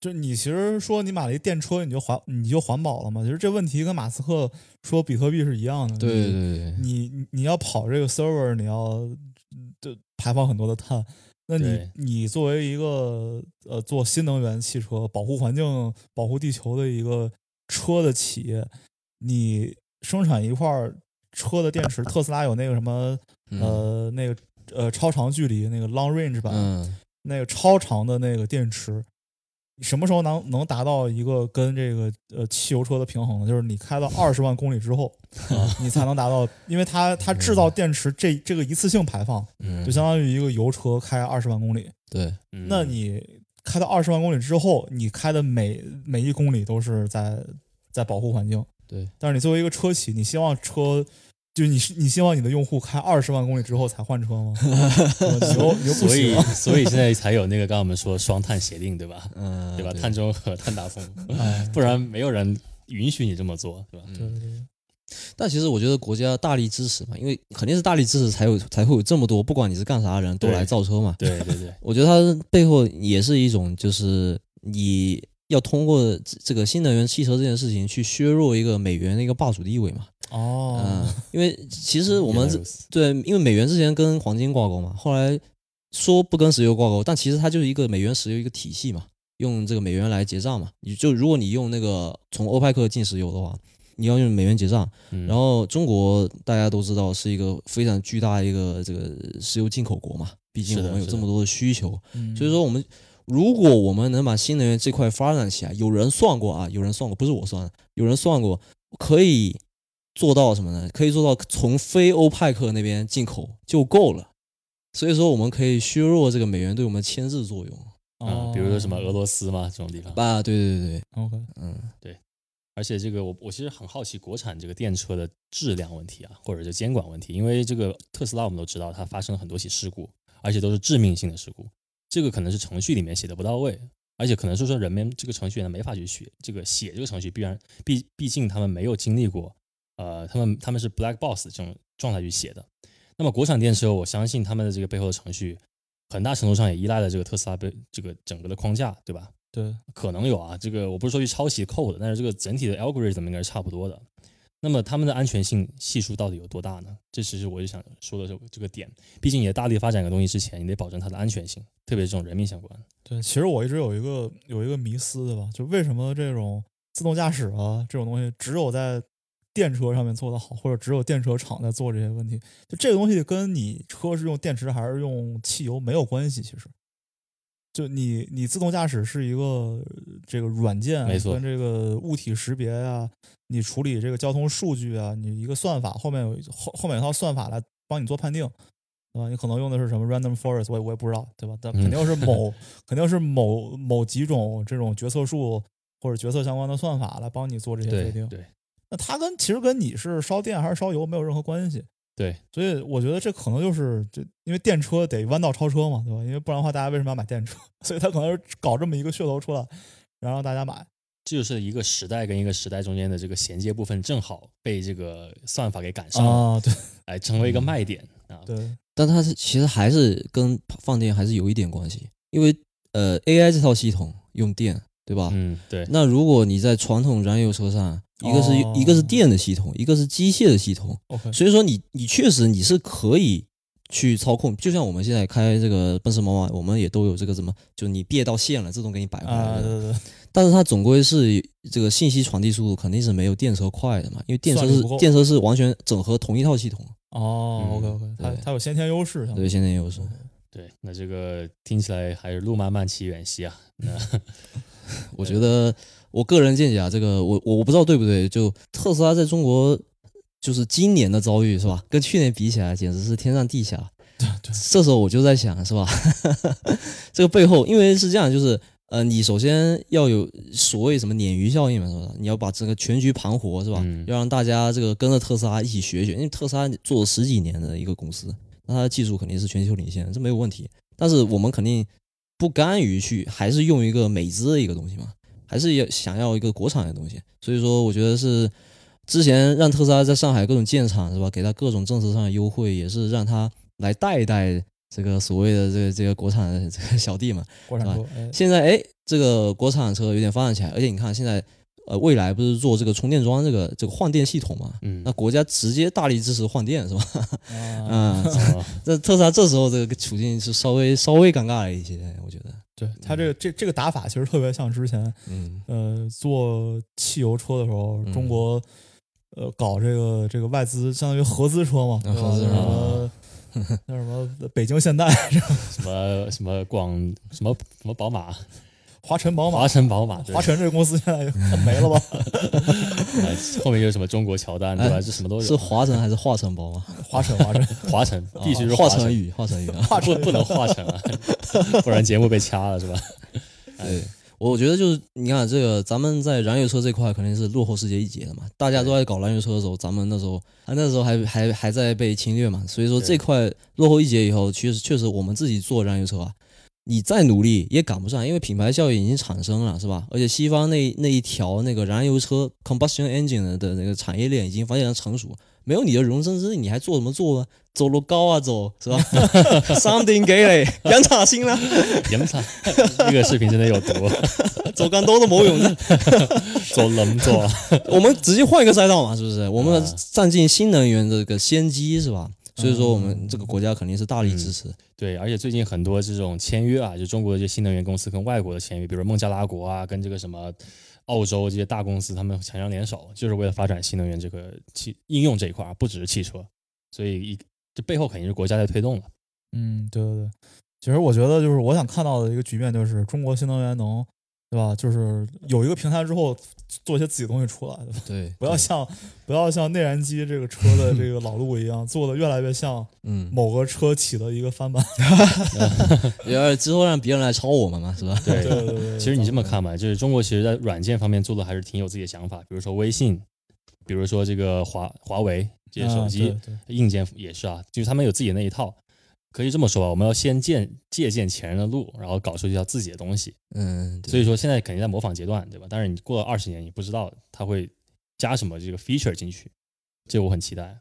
Speaker 1: 就你其实说你买了一电车，你就环你就环保了嘛。其实这问题跟马斯克说比特币是一样的，你
Speaker 3: 对对对对，
Speaker 1: 你你你要跑这个 server，你要嗯就排放很多的碳。那你
Speaker 2: 对
Speaker 1: 你作为一个呃做新能源汽车、保护环境、保护地球的一个车的企业，你生产一块儿车的电池，特斯拉有那个什么
Speaker 3: 嗯
Speaker 1: 呃那个呃超长距离那个 long range 版，
Speaker 3: 嗯，
Speaker 1: 那个超长的那个电池，什么时候能能达到一个跟这个呃汽油车的平衡呢？就是你开到二十万公里之后，啊你才能达到，因为它它制
Speaker 2: 嗯
Speaker 1: 造电池这这个一次性排放，
Speaker 3: 嗯
Speaker 1: 就相当于一个油车开二十万公里，
Speaker 3: 对，
Speaker 2: 嗯
Speaker 1: 那你开到二十万公里之后，你开的每每一公里都是在在保护环境。
Speaker 3: 对，
Speaker 1: 但是你作为一个车企，你希望车。就你是你希望你的用户开二十万公里之后才换车 吗？你又你又不
Speaker 2: 所以
Speaker 1: 行，
Speaker 3: 啊
Speaker 2: 所以现在才有那个刚刚我们说双碳协定，对吧？
Speaker 3: 嗯，
Speaker 2: 对吧？碳中和、碳达 峰，
Speaker 1: 哎
Speaker 2: 不然没有人允许你这么做，对吧？
Speaker 1: 对对对
Speaker 3: 但其实我觉得国家大力支持嘛，因为肯定是大力支持才有才会有这么多，不管你是干啥的人都
Speaker 2: 对
Speaker 3: 来造车嘛。
Speaker 2: 对对 对，
Speaker 3: 我觉得它背后也是一种，就是你要通过这这个新能源汽车这件事情去削弱一个美元的一个霸主地位嘛。嗯、
Speaker 1: 哦，
Speaker 3: 因为其实我
Speaker 2: 原
Speaker 3: 们
Speaker 2: 来
Speaker 3: 这
Speaker 2: 如此
Speaker 3: 对，因为美元之前跟黄金挂钩嘛，后来说不跟石油挂钩，但其实它就是一个美元石油一个体系嘛，用这个美元来结账嘛。你就如果你用那个从欧佩克进石油的话，你要用美元结账。
Speaker 2: 嗯
Speaker 3: 然后中国大家都知道是一个非常巨大的一个这个石油进口国嘛，毕竟
Speaker 2: 是的
Speaker 3: 我们有
Speaker 2: 是
Speaker 3: 这么
Speaker 2: 的
Speaker 3: 多的需求，
Speaker 1: 嗯
Speaker 3: 所以说我们如果我们能把新能源这块发展起来，有人算过啊，有人算过，不是我算的，有人算过可以做到什么呢？可以做到从非欧派克那边进口就够了。所以说，我们可以削弱这个美元对我们牵制作用。
Speaker 2: 啊、比如说什么俄罗斯嘛这种地方，
Speaker 3: 啊，对对对对，
Speaker 1: 哦 OK，
Speaker 3: 嗯，
Speaker 2: 而且这个我我其实很好奇国产这个电车的质量问题啊，或者是监管问题，因为这个特斯拉我们都知道它发生了很多起事故，而且都是致命性的事故，这个可能是程序里面写的不到位，而且可能是说人们这个程序员没法去写这个写这个程序，必然毕毕竟他们没有经历过，呃，他们他们是 black box 这种状态去写的。那么国产电车，我相信他们的这个背后的程序，很大程度上也依赖了这个特斯拉背这个整个的框架，对吧？
Speaker 1: 对，
Speaker 2: 可能有啊，这个我不是说去抄袭 code，但是这个整体的 algorithm 应该是差不多的。那么他们的安全性系数到底有多大呢？这其实我就想说的这这个点，毕竟你在大力发展一个东西之前，你得保证它的安全性，特别是这种人命相关。
Speaker 1: 对，其实我一直有一个有一个迷思的吧，就为什么这种自动驾驶啊这种东西只有在电车上面做得好，或者只有电车厂在做这些问题？就这个东西跟你车是用电池还是用汽油没有关系，其实。就你，你自动驾驶是一个呃这个软件，
Speaker 2: 没错
Speaker 1: 跟这个物体识别啊，你处理这个交通数据啊，你一个算法后面有一后后面有一套算法来帮你做判定，对吧？你可能用的是什么 random forest，我也我也不知道，对吧？但
Speaker 2: 嗯
Speaker 1: 肯定是某、肯定是某某几种这种决策树或者决策相关的算法来帮你做这些决定。
Speaker 2: 对，
Speaker 1: 那它跟其实跟你是烧电还是烧油没有任何关系。
Speaker 2: 对，
Speaker 1: 所以我觉得这可能就是这，因为电车得弯道超车嘛，对吧？因为不然的话，大家为什么要买电车？ 所以它可能是搞这么一个噱头出来，然后让大家买。
Speaker 2: 这就是一个时代跟一个时代中间的这个衔接部分，正好被这个算法给赶上了，，
Speaker 1: 对
Speaker 2: 哎，成为一个卖点啊。
Speaker 1: 啊对
Speaker 3: 但它是其实还是跟放电还是有一点关系，因为呃 AI 这套系统用电，对吧？
Speaker 2: 嗯，对，
Speaker 3: 那如果你在传统燃油车上，一个是、
Speaker 1: 哦
Speaker 3: 一个是电的系统，一个是机械的系统，
Speaker 1: ，OK，
Speaker 3: 所以说你你确实你是可以去操控，就像我们现在开这个奔驰宝马，我们也都有这个什么，就你别到线了，自动给你摆回
Speaker 1: 啊，
Speaker 3: 来
Speaker 1: 对
Speaker 3: 的。
Speaker 1: 对
Speaker 3: 但是它总归是这个信息传递速度肯定是没有电车快的嘛，因为电车
Speaker 1: 算力
Speaker 3: 是
Speaker 1: 不够
Speaker 3: 电车是完全整合同一套系统，
Speaker 1: 哦
Speaker 2: 嗯
Speaker 1: ，OK OK，它
Speaker 3: 对
Speaker 1: 它有先天优势，相当于
Speaker 3: 对，现在也有是。
Speaker 1: 嗯
Speaker 2: 对，那这个听起来还是路漫漫其远兮啊。那
Speaker 3: 我觉得我个人见解啊，这个我我我不知道对不对，就特斯拉在中国就是今年的遭遇是吧，跟去年比起来简直是天上地下。
Speaker 1: 对
Speaker 3: 这时候我就在想是吧， 这个背后因为是这样，就是呃，你首先要有所谓什么鲶鱼效应嘛，是吧？你要把整个全局盘活是吧？
Speaker 2: 嗯
Speaker 3: 要让大家这个跟着特斯拉一起学学，因为特斯拉做了十几年的一个公司，那它的技术肯定是全球领先，这没有问题。但是我们肯定不甘于去，还是用一个美资的一个东西嘛，还是要想要一个国产的东西。所以说，我觉得是之前让特斯拉在上海各种建厂是吧，给他各种政策上的优惠，也是让他来带一带这个所谓的这个这个国产的这个小弟嘛。
Speaker 1: 国产车，哎，
Speaker 3: 现在哎，这个国产车有点发展起来，而且你看现在呃，未来不是做这个充电桩这个这个换电系统嘛？
Speaker 2: 嗯
Speaker 3: 那国家直接大力支持换电是吧？
Speaker 1: 啊，
Speaker 3: 嗯，
Speaker 2: 啊
Speaker 3: 这特斯拉这时候这个处境是稍微稍微尴尬了一些，我觉得。
Speaker 1: 对，它这个这这个打法其实特别像之前
Speaker 3: 嗯
Speaker 1: 呃，做汽油车的时候，
Speaker 3: 嗯
Speaker 1: 中国呃搞这个这个外资，相当于合资车嘛，对吧
Speaker 3: 嗯合资啊
Speaker 1: 那
Speaker 2: 车
Speaker 1: 什么那什么北京现代、
Speaker 2: 什么什么广什么什么宝马、
Speaker 1: 华晨宝马
Speaker 2: 华、晨宝马，对
Speaker 1: 华晨这个公司现在也没 了吧？
Speaker 2: 哎后面有什么中国乔丹，对吧？这什么都有，
Speaker 3: 哎呃是华晨还是华晨宝马？
Speaker 1: 华晨，华 晨，
Speaker 2: 华晨，必须是
Speaker 3: 华
Speaker 2: 晨，
Speaker 3: 宇，华晨宇啊。
Speaker 2: 不不能华晨啊， 不然节目被掐了是吧？
Speaker 3: 对，我觉得就是你看这个，咱们在燃油车这块肯定是落后世界一截的嘛。大家都在搞燃油车的时候，咱们那时候啊那时候还还还在被侵略嘛，所以说
Speaker 2: 对
Speaker 3: 这块落后一截以后，确实确实我们自己做燃油车啊。你再努力也赶不上，因为品牌效应已经产生了，是吧？而且西方那那一条那个燃油车 combustion engine 的的那个产业链已经非常成熟，没有你的容身之地，你还做什么做啊？走路高啊走，是吧 ？Something 给嘞， 养塔心了。
Speaker 2: 杨惨， 这个视频真的有毒，
Speaker 3: 走钢刀都没用的。
Speaker 2: 走冷做，
Speaker 3: 我们直接换一个赛道嘛，是不是？我们
Speaker 2: 啊
Speaker 3: 占尽新能源的这个先机，是吧？所以说，我们这个国家肯定是大力支持。
Speaker 2: 对，而且最近很多这种签约啊，就中国的这些新能源公司跟外国的签约，比如孟加拉国啊，跟这个什么澳洲这些大公司，他们强强联手，就是为了发展新能源这个汽应用这一块啊，不只是汽车，所以一这背后肯定是国家在推动的。
Speaker 1: 嗯，对对对。其实我觉得，就是我想看到的一个局面，就是中国新能源能对吧？就是有一个平台之后，做一些自己的东西出来，对吧？
Speaker 3: 对，
Speaker 1: 不要像不要像内燃机这个车的这个老路一样，做的越来越像
Speaker 3: 嗯，
Speaker 1: 某个车企的一个翻版。
Speaker 3: 因为之后让别人来抄我们嘛，是吧？
Speaker 1: 对 对对对，
Speaker 2: 其实你这么看吧，就是中国其实在软件方面做的还是挺有自己的想法，比如说微信，比如说这个华华为这些手机、
Speaker 1: 啊对对
Speaker 2: 硬件也是啊，就是他们有自己的那一套。可以这么说吧，我们要先借借鉴前人的路，然后搞出一条自己的东西。
Speaker 3: 嗯，
Speaker 2: 所
Speaker 3: 对，
Speaker 2: 以说现在肯定在模仿阶段，对吧？但是你过了二十年，你不知道它会加什么这个 feature 进去，这我很期待。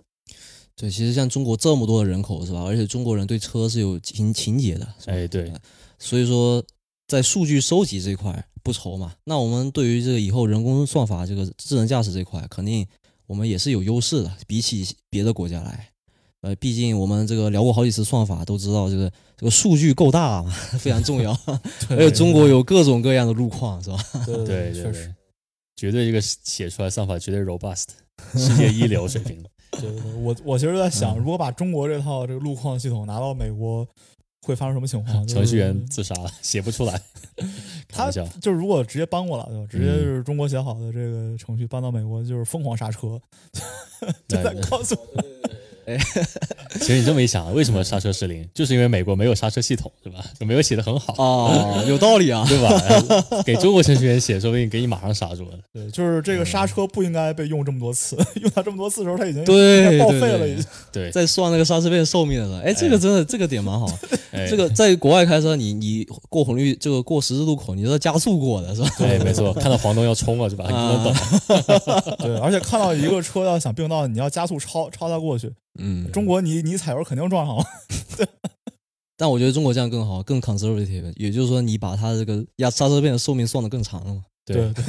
Speaker 3: 对，其实像中国这么多的人口是吧？而且中国人对车是有情情节的，是吧
Speaker 2: 哎，对，
Speaker 3: 所以说在数据收集这一块不愁嘛。那我们对于这个以后人工算法、这个智能驾驶这一块，肯定我们也是有优势的，比起别的国家来。呃，毕竟我们这个聊过好几次算法，都知道这个这个数据够大嘛， 非常重要。
Speaker 1: 对
Speaker 3: 还有中国有各种各样的路况，是吧？
Speaker 1: 对对
Speaker 2: 对对
Speaker 1: 确实
Speaker 2: 对，绝对这个写出来算法绝对 robust，世界一流水平。
Speaker 1: 对对对。我我其实在想，
Speaker 3: 嗯
Speaker 1: 如果把中国这套这个路况系统拿到美国，会发生什么情 况？就是嗯
Speaker 2: 程序员自杀了，写不出来，开
Speaker 1: 他
Speaker 2: 玩笑。嗯
Speaker 1: 就是如果直接搬过来，对吧？直接就是中国写好的这个程序搬到美国，就是疯狂刹车，就在
Speaker 2: 对
Speaker 1: 高 速
Speaker 2: 其实你这么一想，为什么刹车失灵？就是因为美国没有刹车系统，是吧？没有写的很好，
Speaker 3: 哦， 有道理啊。
Speaker 2: 对吧？ 给中国程序员写，说不定给你马上刹住了。
Speaker 1: 对，就是
Speaker 2: 嗯
Speaker 1: 这个刹车不应该被用这么多次， 用到这么多次的时候，它已经
Speaker 3: 对
Speaker 1: 应该报
Speaker 3: 对
Speaker 1: 废了，
Speaker 3: 对
Speaker 1: 已经。
Speaker 2: 对，
Speaker 3: 在算那个刹车片寿命的时候，哎，这个真的这个点蛮好。
Speaker 2: 哎
Speaker 3: 这个在国外开车，你你过红绿这个过十字路口，你都要加速过的是吧？
Speaker 2: 对，哎没错，看到黄灯要冲了，是
Speaker 1: 哎
Speaker 2: 吧？你
Speaker 3: 啊
Speaker 2: 不能 等，
Speaker 1: 对，而且看到一个车要想并道，你要加速超超它过去，
Speaker 3: 嗯，
Speaker 1: 中国你你踩油肯定撞上了。
Speaker 3: 但我觉得中国这样更好，更 conservative，也就是说你把它这个压刹车片的寿命算得更长了嘛。
Speaker 2: 对
Speaker 1: 对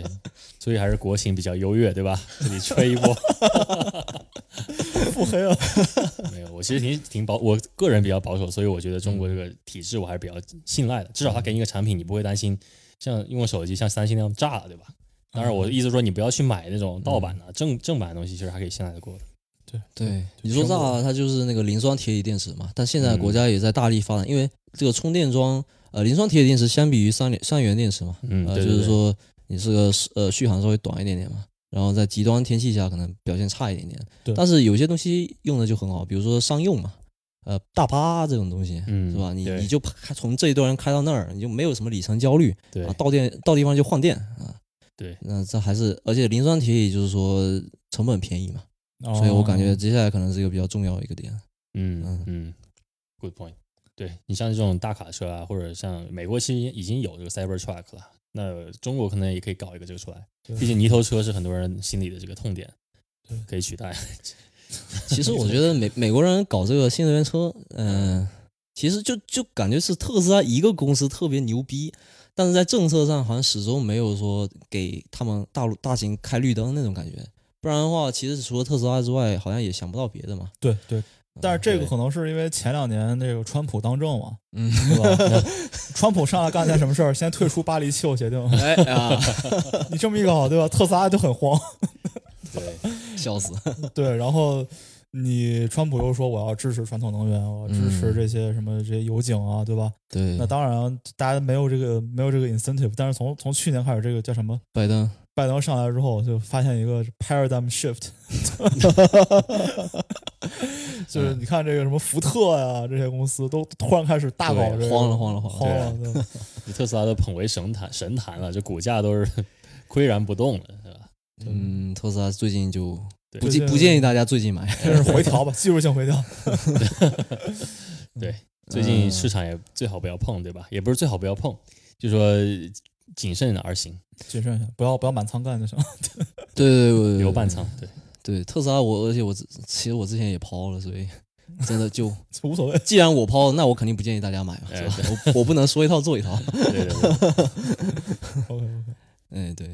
Speaker 2: 对，所以还是国情比较优越，对吧？这里吹一波，
Speaker 1: 腹黑了。
Speaker 2: 没有，我其实挺挺保，我个人比较保守，所以我觉得中国这个体制我还是比较信赖的，至少它给你一个产品，你不会担心像用手机像三星那样炸了，对吧？当然，我
Speaker 3: 嗯
Speaker 2: 的意思说你不要去买那种盗版的、正正版的东西，其实还可以信赖的过的。
Speaker 3: 对，你
Speaker 1: 全
Speaker 3: 嗯说
Speaker 1: 国
Speaker 3: 大它就是那个磷酸铁锂电池嘛，但现
Speaker 2: 嗯
Speaker 3: 在国家也在大力发展，因为这个充电桩，呃，磷酸铁锂电池相比于三联三元电池嘛，
Speaker 2: 嗯，
Speaker 3: 呃，
Speaker 2: 对
Speaker 3: 就
Speaker 2: 对
Speaker 3: 是
Speaker 2: 对
Speaker 3: 说你这个时呃续航稍微短一点点嘛，然后在极端天气下可能表现差一点点。
Speaker 1: 对
Speaker 3: 但是有些东西用的就很好，比如说商用嘛，呃，大巴这种东西，
Speaker 2: 嗯
Speaker 3: 是吧？你
Speaker 2: 对
Speaker 3: 你就开从这一端开到那儿，你就没有什么里程焦虑
Speaker 2: 对
Speaker 3: 啊，到电到地方就换电啊。
Speaker 2: 对
Speaker 3: 那这还是，而且磷酸铁锂就是说成本便宜嘛，
Speaker 1: 哦
Speaker 3: 所以我感觉接下来可能是一个比较重要的一个点。
Speaker 2: 嗯
Speaker 3: 嗯
Speaker 2: 嗯，good point。对你像这种大卡车啊，或者像美国其实已经有这个 Cybertruck 了，那中国可能也可以搞一个这个出来。
Speaker 1: 对
Speaker 2: 毕竟泥头车是很多人心里的这个痛点
Speaker 1: 对，
Speaker 2: 可以取代。
Speaker 3: 其实我觉得美美国人搞这个新能源车，嗯、其实就就感觉是特斯拉一个公司特别牛逼，但是在政策上好像始终没有说给他们大陆大型开绿灯那种感觉。不然的话，其实除了特斯拉之外，好像也想不到别的嘛。
Speaker 1: 对对，但是这个
Speaker 2: 对
Speaker 1: 可能是因为前两年那个川普当政嘛，
Speaker 3: 嗯，
Speaker 1: 对吧？川普上来干了件什么事儿？先退出巴黎气候协定。
Speaker 3: 哎啊，
Speaker 1: 你这么一搞，对吧？特斯拉就很慌。
Speaker 2: 对，
Speaker 3: 笑死！
Speaker 1: 对，然后你川普又说我要支持传统能源，我要支持
Speaker 3: 嗯
Speaker 1: 这些什么这些油井啊，对吧？
Speaker 3: 对
Speaker 1: 那，当然，大家没有这个没有这个 incentive，但是从从去年开始，这个叫什么？
Speaker 3: 拜登，
Speaker 1: 拜登上来之后，就发现一个 paradigm shift，就是你看这个什么福特呀、这些公司都突然开始大搞这
Speaker 3: 对
Speaker 1: 个，
Speaker 3: 慌了慌了
Speaker 1: 慌
Speaker 3: 慌
Speaker 1: 了，
Speaker 2: 了
Speaker 1: 对
Speaker 2: 你特斯拉都捧为神坛神坛了，这股价都是 岿然不动的，对吧？
Speaker 3: 嗯，特斯拉最近就
Speaker 2: 对
Speaker 3: 不
Speaker 1: 最
Speaker 3: 建
Speaker 1: 近
Speaker 3: 不建议大家最近买。
Speaker 1: 这是回调吧，技术性回调。
Speaker 2: 最
Speaker 3: 嗯
Speaker 2: 近市场也最好不要碰，对吧？也不是最好不要碰，就说谨慎而行，
Speaker 1: 谨慎一下，不要不要满仓干就行。
Speaker 3: 对对对对，
Speaker 2: 留半仓。对，
Speaker 3: 对特斯拉我，而且我之其实我之前也抛了，所以真的就
Speaker 1: 无所 谓，
Speaker 3: 既然我抛，那我肯定不建议大家买嘛，
Speaker 2: 哎
Speaker 3: 是吧？ 我我不能说一套做一套。
Speaker 2: 对对对，
Speaker 1: OK OK，
Speaker 3: 哎，对。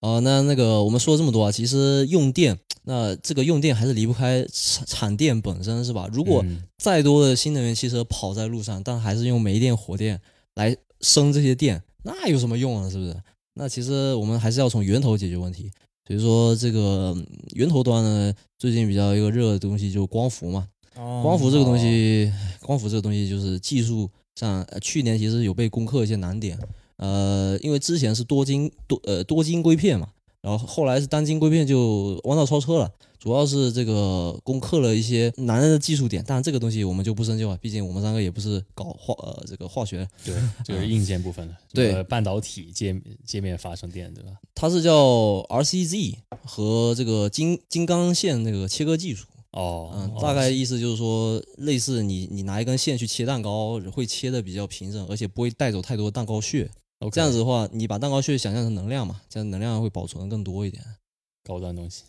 Speaker 3: 啊、那那个我们说了这么多啊，其实用电，那这个用电还是离不开产产电本身，是吧？
Speaker 2: 如
Speaker 3: 如果再多的新能源汽车跑在路上，但还是用煤电、火电来生这些电，那有什么用啊？是不是？那其实我们还是要从源头解决问题。所以说，这个嗯源头端呢，最近比较一个热的东西就是光伏嘛。
Speaker 1: 啊哦
Speaker 3: 光伏这个东西，光伏这个东西就是技术上，呃去年其实有被攻克一些难点。呃，因为之前是多晶多呃多晶硅片嘛，然后后来是单晶硅片就弯道超车了，主要是这个攻克了一些男人的技术点，但这个东西我们就不深究啊，毕竟我们三个也不是搞化呃这个化学，
Speaker 2: 对，这个是硬件部分的，
Speaker 3: 嗯 对
Speaker 2: 什么半导体界界面发生电，对吧？
Speaker 3: 它是叫 RCZ 和这个金金刚线那个切割技术，
Speaker 2: 哦，
Speaker 3: 嗯
Speaker 2: 哦，
Speaker 3: 大概意思就是说，类似你你拿一根线去切蛋糕，会切的比较平整，而且不会带走太多蛋糕屑。
Speaker 2: OK，
Speaker 3: 这样子的话，你把蛋糕屑想象成能量嘛，这样能量会保存得更多一点。
Speaker 2: 高端东西，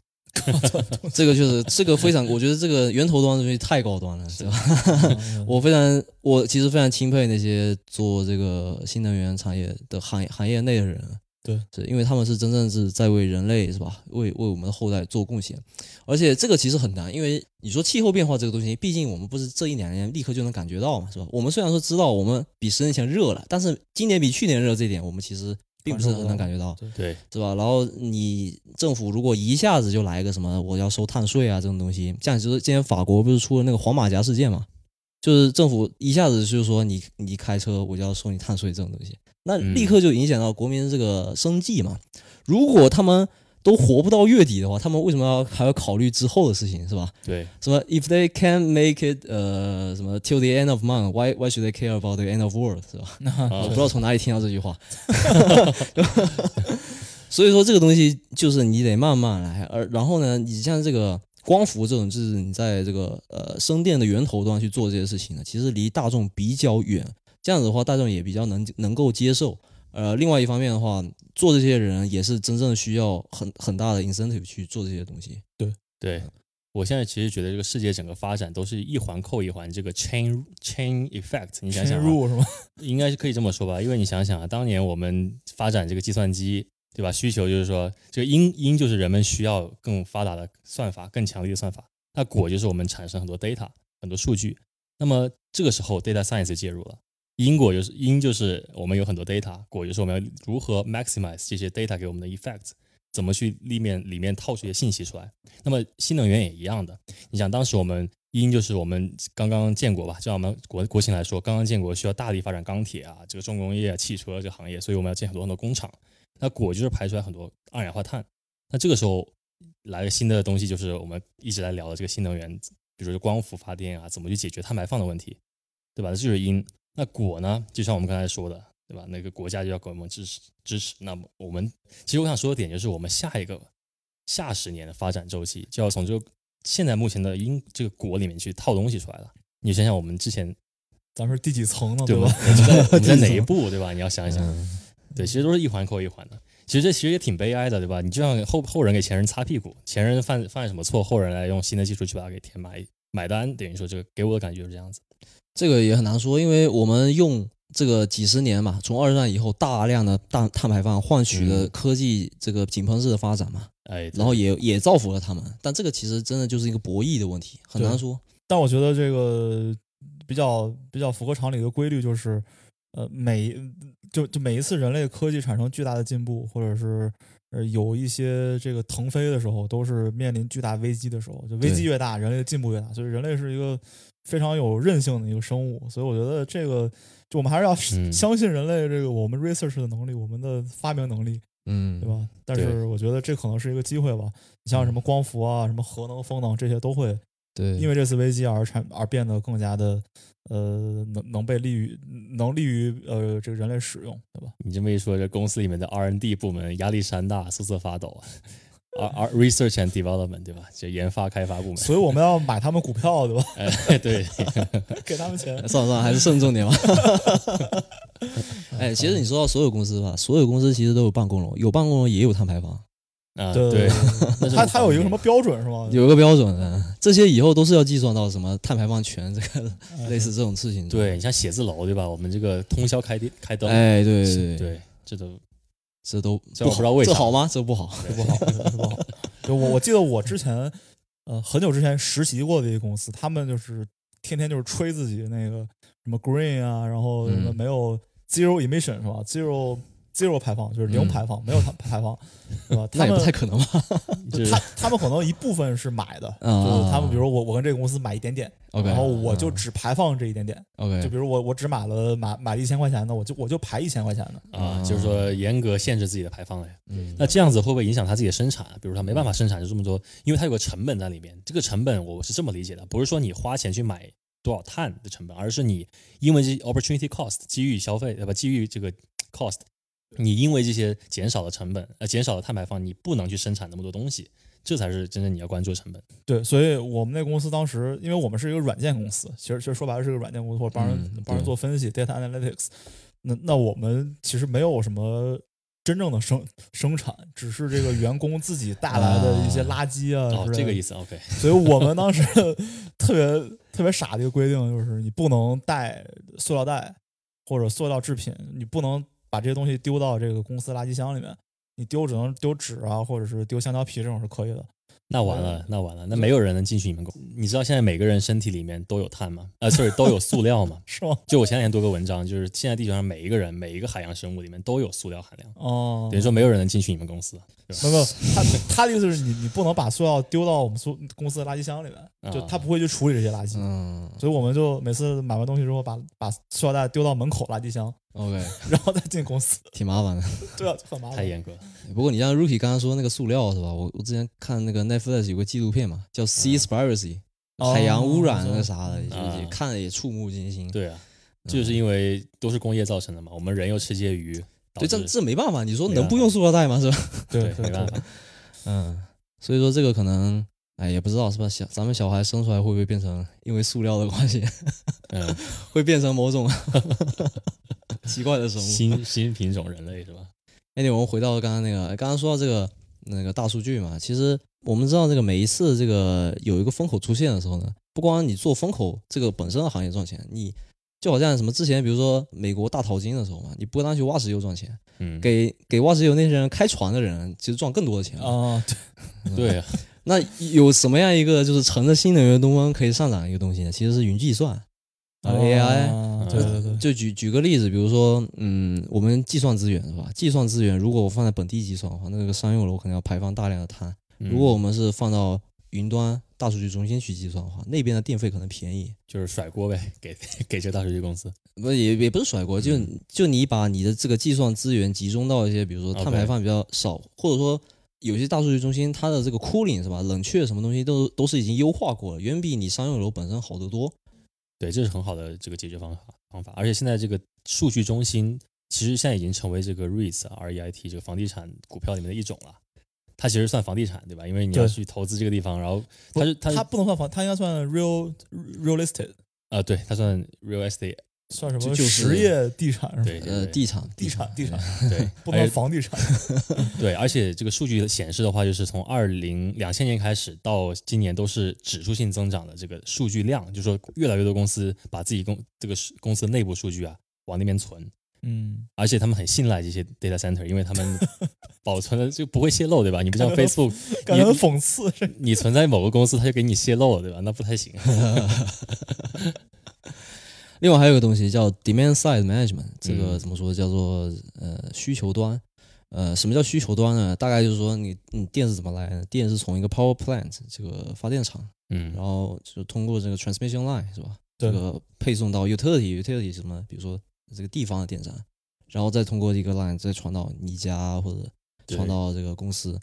Speaker 3: 这个就是这个非常，我觉得这个源头端的东西太高端了，对吧？
Speaker 1: 啊
Speaker 3: 我非常，我其实非常钦佩那些做这个新能源产业的行业行业内的人，
Speaker 1: 对，
Speaker 3: 是因为他们是真正是在为人类是吧，为为我们的后代做贡献，而且这个其实很难，因为你说气候变化这个东西，毕竟我们不是这一两年立刻就能感觉到嘛，是吧？我们虽然说知道我们比十年前热了，但是今年比去年热这一点，我们其实并不是很能感觉到。
Speaker 2: 对，
Speaker 3: 对吧？然后你政府如果一下子就来一个什么我要收碳税啊这种东西，像就是之前法国不是出了那个黄马甲事件嘛，就是政府一下子就说你你开车我就要收你碳税这种东西，那
Speaker 2: 嗯
Speaker 3: 立刻就影响到国民这个生计嘛。如果他们都活不到月底的话，他们为什么要还要考虑之后的事情是吧？
Speaker 2: 对，
Speaker 3: 什么 if they can make it 呃什么 till the end of month why why should they care about the end of world 是吧？
Speaker 2: 哦
Speaker 3: 我
Speaker 2: 啊
Speaker 3: 不知道从哪里听到这句话， 所以说这个东西就是你得慢慢来，而然后呢，你像这个光伏这种，就是你在这个呃生电的源头端去做这些事情呢，其实离大众比较远，这样子的话，大众也比较能能够接受。呃，另外一方面的话，做这些人也是真正需要很很大的 incentive 去做这些东西。
Speaker 2: 对，我现在其实觉得这个世界整个发展都是一环扣一环，这个 chain chain effect。你想
Speaker 1: 深
Speaker 2: 想、啊，
Speaker 1: 入是吗？
Speaker 2: 应该是可以这么说吧，因为你想想啊，当年我们发展这个计算机，对吧？需求就是说，这个因因就是人们需要更发达的算法、更强力的算法，那果就是我们产生很多 data、很多数据。那么这个时候，data science 介入了，因果就是因就是我们有很多 data，果就是我们要如何 maximize 这些 data 给我们的 effect，怎么去里面里面套出一些信息出来。那么新能源也一样的，你想当时我们因就是我们刚刚建国吧，就像我们国国情来说，刚刚建国需要大力发展钢铁啊，这个重工业、啊、汽车这个行业，所以我们要建很多很多工厂。那果就是排出来很多二氧化碳。那这个时候来个新的东西，就是我们一直在聊的这个新能源，比如说光伏发电啊，怎么去解决碳排放的问题，对吧？这就是因。那果呢？就像我们刚才说的，对吧？那个国家就要给我们支持支持。那么我们其实我想说的点就是，我们下一个下十年的发展周期，就要从这个现在目前的因这个果里面去套东西出来了。你想想，我们之前
Speaker 1: 咱们是第几层呢？
Speaker 2: 对
Speaker 1: 吧
Speaker 2: 吧？？我们在我们在哪
Speaker 1: 这
Speaker 2: 一
Speaker 1: 种
Speaker 2: 步，对吧？你要想一想，
Speaker 3: 嗯，
Speaker 2: 对，其实都是一环扣一环的。其实这其实也挺悲哀的，对吧？你就让后后人给前人擦屁股，前人犯犯什么错，后人来用新的技术去把它给填埋买单，等于说这个给我的感觉就是这样子。
Speaker 3: 这个也很难说，因为我们用这个几十年嘛，从二战以后大量的碳碳排放换取了
Speaker 2: 嗯
Speaker 3: 科技这个井喷式的发展嘛，
Speaker 2: 哎，
Speaker 3: 然后也也造福了他们。但这个其实真的就是一个博弈的问题，很难说。
Speaker 1: 但我觉得这个比较比较符合常理的规律就是，呃，每就就每一次人类科技产生巨大的进步，或者是呃有一些这个腾飞的时候，都是面临巨大危机的时候。就危机
Speaker 3: 对
Speaker 1: 越大，人类的进步越大，所以人类是一个非常有韧性的一个生物。所以我觉得这个就我们还是要
Speaker 2: 嗯
Speaker 1: 相信人类这个我们 research 的能力，我们的发明能力。
Speaker 3: 嗯
Speaker 1: 对吧？但是
Speaker 2: 对
Speaker 1: 我觉得这可能是一个机会吧。你像什么光伏啊、什么核能、风能这些，都会
Speaker 3: 对
Speaker 1: 因为这次危机而产而变得更加的呃，能能被利于能利于呃这个人类使用，对吧？
Speaker 2: 你这么一说，这公司里面的 R&D 部门压力山大，瑟瑟发抖。R R research and development 对吧？就研发开发部门。
Speaker 1: 所以我们 要买他们股票，对吧？
Speaker 2: 哎，对，
Speaker 1: 给他们钱。
Speaker 3: 哎算了算了，还是慎重点吧。 哎，其实你说到所有公司吧，所有公司其实都有办公楼，有办公楼也有碳排放，
Speaker 2: 啊，
Speaker 3: 嗯
Speaker 1: 对
Speaker 2: 对，那是
Speaker 1: 他
Speaker 2: 很
Speaker 1: 他有一个什么标准是吗？
Speaker 3: 有一个标准的，这些以后都是要计算到什么碳排放权这个
Speaker 1: 哎
Speaker 3: 类似这种事情。，
Speaker 2: 对你像写字楼对吧？我们这个通宵开店开灯，
Speaker 3: 哎，对对对，
Speaker 2: 对，这都
Speaker 3: 这都
Speaker 2: 这我
Speaker 3: 不好，
Speaker 2: 不知道为啥
Speaker 3: 这好吗？这不好。
Speaker 1: 不好，不好。就我我记得我之前呃很久之前实习过的一个公司，他们就是天天就是吹自己那个什么 green 啊，然后什么
Speaker 3: 嗯
Speaker 1: 没有 zero emission 是吧？zero zero 排放，就是零
Speaker 3: 嗯
Speaker 1: 排放，没有排排放，对 吧？
Speaker 3: 那
Speaker 1: 他
Speaker 3: 也
Speaker 1: 们
Speaker 3: 不太可能 吧
Speaker 2: 就是
Speaker 1: 他他们可能一部分是买的，
Speaker 3: 啊
Speaker 1: 就是他们比如说我我跟这个公司买一点点，
Speaker 3: ？OK，嗯
Speaker 1: 然后哦我就只排放这一点点，就
Speaker 3: OK，
Speaker 1: 比如我我只买了买买了一千块钱的，我就我就排一千块钱的，
Speaker 2: 啊、
Speaker 3: 啊
Speaker 2: 就是说严格限制自己的排放了呀。
Speaker 3: 嗯
Speaker 2: 那这样子会不会影响他自己的生产啊？比如他没办法生产就这么多，因为它有个成本在里面。这个成本我是这么理解的，不是说你花钱去买多少碳的成本，而是你因为这 opportunity cost 机遇消费，对吧？机遇这个 cost，你因为这些减少的成本，呃，减少的碳排放，你不能去生产那么多东西，这才是真正你要关注的成本。
Speaker 1: 对，所以我们那公司当时，因为我们是一个软件公司，其实其实说白了是个软件公司，我帮人、
Speaker 3: 嗯
Speaker 1: 帮人
Speaker 3: 对
Speaker 1: 做分析，data analytics。那那我们其实没有什么真正的生生产，只是这个员工自己带来的一些垃圾啊
Speaker 2: 哦，
Speaker 1: 之
Speaker 2: 这个
Speaker 1: 类的。
Speaker 2: 意思，OK，
Speaker 1: 所以我们当时 特别特别傻的一个规定就是，你不能带塑料袋或者塑料制品，你不能把这些东西丢到这个公司垃圾箱里面。你丢只能丢纸啊，或者是丢香蕉皮这种是可以的。
Speaker 2: 那完了，那完了，那没有人能进去你们公。你知道现在每个人身体里面都有碳吗？啊、s o r r y 都有塑料吗？
Speaker 1: 是 吗？
Speaker 2: 就我前两天读个文章，就是现在地球上每一个人、每一个海洋生物里面都有塑料含量，
Speaker 1: 哦、
Speaker 2: 等于说没有人能进去你们公司。
Speaker 1: 没有没有，他他的意思是你你不能把塑料丢到我们塑公司的垃圾箱里面，就
Speaker 2: 啊
Speaker 1: 他不会去处理这些垃圾，
Speaker 3: 嗯
Speaker 1: 所以我们就每次买完东西之后把把塑料袋丢到门口垃圾箱，
Speaker 3: ，OK，
Speaker 1: 然后再进公司，
Speaker 3: 挺麻烦的。
Speaker 1: 对啊，就很麻
Speaker 2: 太
Speaker 1: 烦。
Speaker 2: 严格了，
Speaker 3: 不过你像 Rookie 刚刚说那个塑料是吧？我我之前看那个 Netflix 有个纪录片嘛，叫《Seaspiracy》，
Speaker 1: 哦嗯
Speaker 3: 海洋污染那个啥的，
Speaker 2: 啊
Speaker 3: 也也看了也触目惊 心。
Speaker 2: 对啊，这就是因为都是工业造成的嘛。我们人又吃介鱼，导
Speaker 3: 对，这
Speaker 2: 致
Speaker 3: 这没办法，你说
Speaker 2: 没
Speaker 3: 能
Speaker 1: 啊
Speaker 3: 不
Speaker 2: 办
Speaker 3: 用塑料袋吗？是吧？
Speaker 1: 对
Speaker 2: 对没办 法，
Speaker 3: 嗯，所以说这个可能，哎，也不知道是吧？小咱们小孩生出来会不会变成因为塑料的关系，
Speaker 2: 嗯，
Speaker 3: 会变成某种 奇怪的生物？
Speaker 2: 新新品种人类是吧？
Speaker 3: 哎，我们回到刚刚那个，哎刚刚说到这个那个大数据嘛，其实我们知道这个每一次这个有一个风口出现的时候呢，不光你做风口这个本身的行业赚钱，你就好像什么之前比如说美国大淘金的时候嘛，你不单去挖石油赚钱，
Speaker 2: 嗯，
Speaker 3: 给给挖石油那些人开船的人其实赚更多的钱嘛。
Speaker 1: 啊，对，
Speaker 2: 对啊，
Speaker 3: 那有什么样一个就是乘着新能源东风可以上涨的一个东西呢？其实是云计算啊，AI。
Speaker 1: 啊对对对，
Speaker 3: 就举举个例子，比如说，嗯，我们计算资源是吧？计算资源如果我放在本地计算的话，那个商用楼可能要排放大量的碳。
Speaker 2: 嗯
Speaker 3: 如果我们是放到云端大数据中心去计算的话，那边的电费可能便宜。
Speaker 2: 就是甩锅呗，给 给这个大数据公司。
Speaker 3: 不也也不是甩锅，就
Speaker 2: 嗯
Speaker 3: 就你把你的这个计算资源集中到一些，比如说碳
Speaker 2: OK
Speaker 3: 排放比较少，或者说有些大数据中心它的这个 cooling 是吧，冷却什么东西都都是已经优化过了，远比你商用楼本身好得多。
Speaker 2: 对，这是很好的这个解决方法方法。而且现在这个数据中心其实现在已经成为这个 REITs 啊 REIT 这个房地产股票里面的一种了。它其实算房地产对吧？因为你要
Speaker 1: 对
Speaker 2: 去投资这个地方，然后它是它是
Speaker 1: 他
Speaker 2: 啊、
Speaker 1: 不能算房，他应该算 real realistic，
Speaker 2: 呃对，它算 real estate，
Speaker 1: 算什么
Speaker 3: 就就是
Speaker 1: 实业地产是哎吧？
Speaker 2: 对
Speaker 3: 呃，地产，
Speaker 1: 地产地产
Speaker 2: 对，
Speaker 1: 不
Speaker 2: 而
Speaker 1: 能
Speaker 2: 且
Speaker 1: 房地产，
Speaker 2: 对，而且这个数据的显示的话，就是从二零两千年开始到今年都是指数性增长的这个数据量，就是说越来越多公司把自己公这个数公司的内部数据啊往那边存，
Speaker 1: 嗯，
Speaker 2: 而且他们很信赖这些 data center，因为他 们保存的就不会泄露，对吧？你不像 Facebook，
Speaker 1: 感觉很
Speaker 2: 你
Speaker 1: 讽刺，这
Speaker 2: 你存在某个公司，它就给你泄露了，对吧？那不太 行。
Speaker 3: 另外还有一个东西叫 demand side management，这个
Speaker 2: 嗯
Speaker 3: 怎么说叫做呃需求端。呃，什么叫需求端呢？大概就是说你你电是怎么来的？电是从一个 power plant 这个发电厂，
Speaker 2: 嗯
Speaker 3: 然，后就通过这个 transmission line 是吧？
Speaker 1: 对
Speaker 3: 这个配送到 utility utility 什么，比如说这个地方的电站，然后再通过一个 line 再传到你家或者
Speaker 2: 对
Speaker 3: 传到这个公司。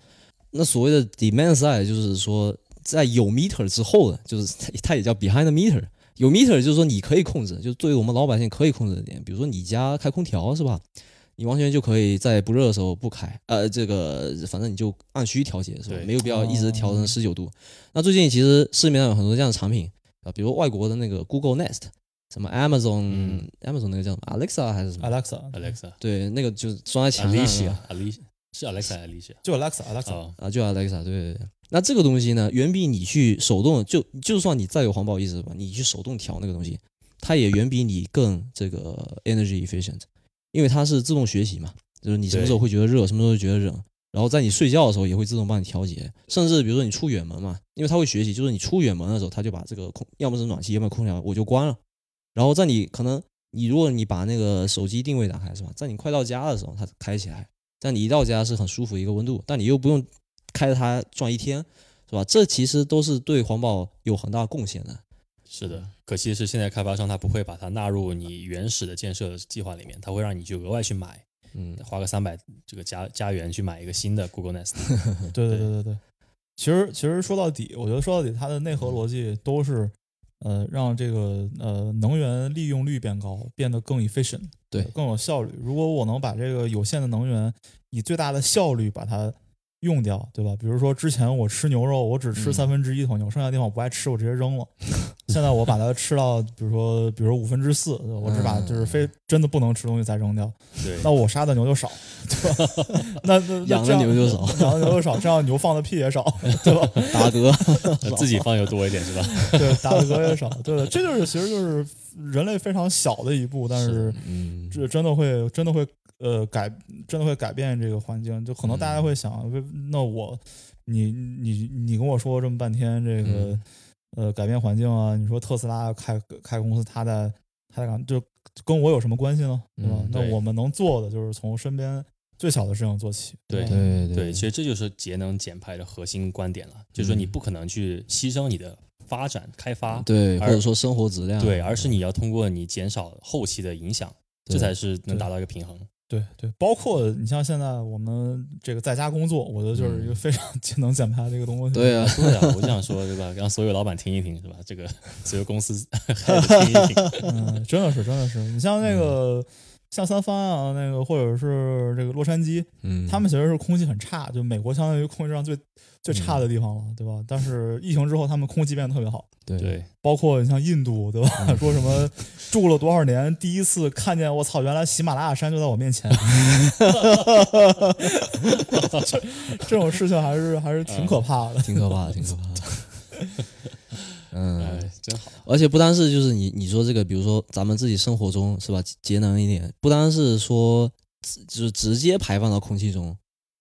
Speaker 3: 那所谓的 demand side 就是说，在有 meter 之后的，就是 它它也叫 behind the meter。有 meter 就是说你可以控制，就是对于我们老百姓可以控制的点，比如说你家开空调是吧？你完全就可以在不热的时候不开，呃，这个反正你就按需调节是吧
Speaker 2: 对？
Speaker 3: 没有必要一直调成
Speaker 1: 哦
Speaker 3: 十九度。那最近其实市面上有很多这样的产品啊，比如外国的那个 Google Nest，什么 Amazon、
Speaker 2: 嗯啊
Speaker 3: Amazon 那个叫什么 Alexa 还是什么？
Speaker 1: Alexa
Speaker 2: ，Alexa，
Speaker 3: 对，那个就是装
Speaker 2: 啊
Speaker 3: 在墙上是吧
Speaker 2: Alicia，Alicia 是 Alexa 还是 Alicia？
Speaker 1: 就 Alexa Alexa，
Speaker 2: 哦，
Speaker 3: 啊，就 Alexa，对对对。那这个东西呢，远比你去手动就就算你再有环保意识吧，你去手动调那个东西，它也远比你更这个 energy efficient，因为它是自动学习嘛，就是你什么时候会觉得热，什么时候觉得冷，然后在你睡觉的时候也会自动帮你调节，甚至比如说你出远门嘛，因为它会学习，就是你出远门的时候，它就把这个空，要么是暖气，要么是空调，我就关了，然后在你可能你如果你把那个手机定位打开是吧，在你快到家的时候它开起来，但你一到家是很舒服一个温度，但你又不用开着它转一天，是吧？这其实都是对环保有很大贡献的。
Speaker 2: 是的，可惜是现在开发商他不会把它纳入你原始的建设计划里面，他会让你去额外去买，
Speaker 3: 嗯，
Speaker 2: 花个三百这个加加元去买一个新的 Google Nest。
Speaker 1: 对对对对对。其实其实说到底，我觉得说到底，它的内核逻辑都是，呃，让这个呃能源利用率变高，变得更 efficient，
Speaker 3: 对
Speaker 1: 更有效率。如果我能把这个有限的能源以最大的效率把它用掉，对吧？比如说之前我吃牛肉，我只吃
Speaker 3: 嗯
Speaker 1: 三分之一头牛，剩下的地方我不爱吃，我直接扔了。现在我把它吃到，比如说比如说五分之四，对吧我只
Speaker 3: 嗯
Speaker 1: 把就是非真的不能吃东西再扔掉，
Speaker 2: 对，
Speaker 1: 那我杀的牛就 少，对吧？那那那
Speaker 3: 养
Speaker 1: 这
Speaker 3: 的
Speaker 1: 样
Speaker 3: 牛就少，
Speaker 1: 养的牛就少，这样牛放的屁也 少，对吧？
Speaker 3: 达哥，
Speaker 2: 那自己放油多一点是吧？
Speaker 1: 对，打的嗝也少，对的，这就是其实就是人类非常小的一步，但是
Speaker 3: 嗯，
Speaker 1: 这真的会真的会呃改，真的会改变这个环境。就可能大家
Speaker 3: 嗯
Speaker 1: 会想，为那我你你你跟我说这么半天这个、
Speaker 3: 嗯
Speaker 1: 呃改变环境啊，你说特斯拉开开公司，他在他在干就跟我有什么关系呢？对吧？
Speaker 3: 嗯
Speaker 1: 那
Speaker 2: 对
Speaker 1: 我们能做的就是从身边最小的事情做起。
Speaker 2: 对
Speaker 1: 吧
Speaker 3: 对
Speaker 2: 对，嗯其实这就是节能减排的核心观点了，就是说你不可能去牺牲你的发展开发，
Speaker 3: 对，或
Speaker 2: 而
Speaker 3: 者说生活质量，
Speaker 2: 啊对，而是你要通过你减少后期的影响，
Speaker 3: 对
Speaker 2: 这才是能达到一个平衡。
Speaker 1: 对对，包括你像现在我们这个在家工作，我觉得就是一个非常 节能减排的一个东西。
Speaker 3: 嗯对啊，
Speaker 2: 对啊，我就想说，对吧？让所有老板听一听，是吧？这个所有公司还得听一 听，
Speaker 1: 嗯，真的是真的是，你像那
Speaker 3: 嗯
Speaker 1: 个、像三藩啊，那个或者是这个洛杉矶，
Speaker 3: 嗯，
Speaker 1: 他们其实是空气很差，就美国相当于空气质量最最差的地方了，对吧？但是疫情之后，他们空气变得特别好。
Speaker 3: 对
Speaker 2: 对，
Speaker 1: 包括你像印度，对吧？ 说什
Speaker 3: 嗯
Speaker 1: 么住了多少年，第一次看见我操，原来喜马拉雅山就在我面 前，这这种事情还是还是
Speaker 3: 嗯
Speaker 1: 挺可怕的。
Speaker 3: 挺可怕的，挺可怕 的。嗯，
Speaker 2: 哎，真好，
Speaker 3: 而且不单是就是你你说这个，比如说咱们自己生活中是吧，节能一点，不单是说直就是直接排放到空气中，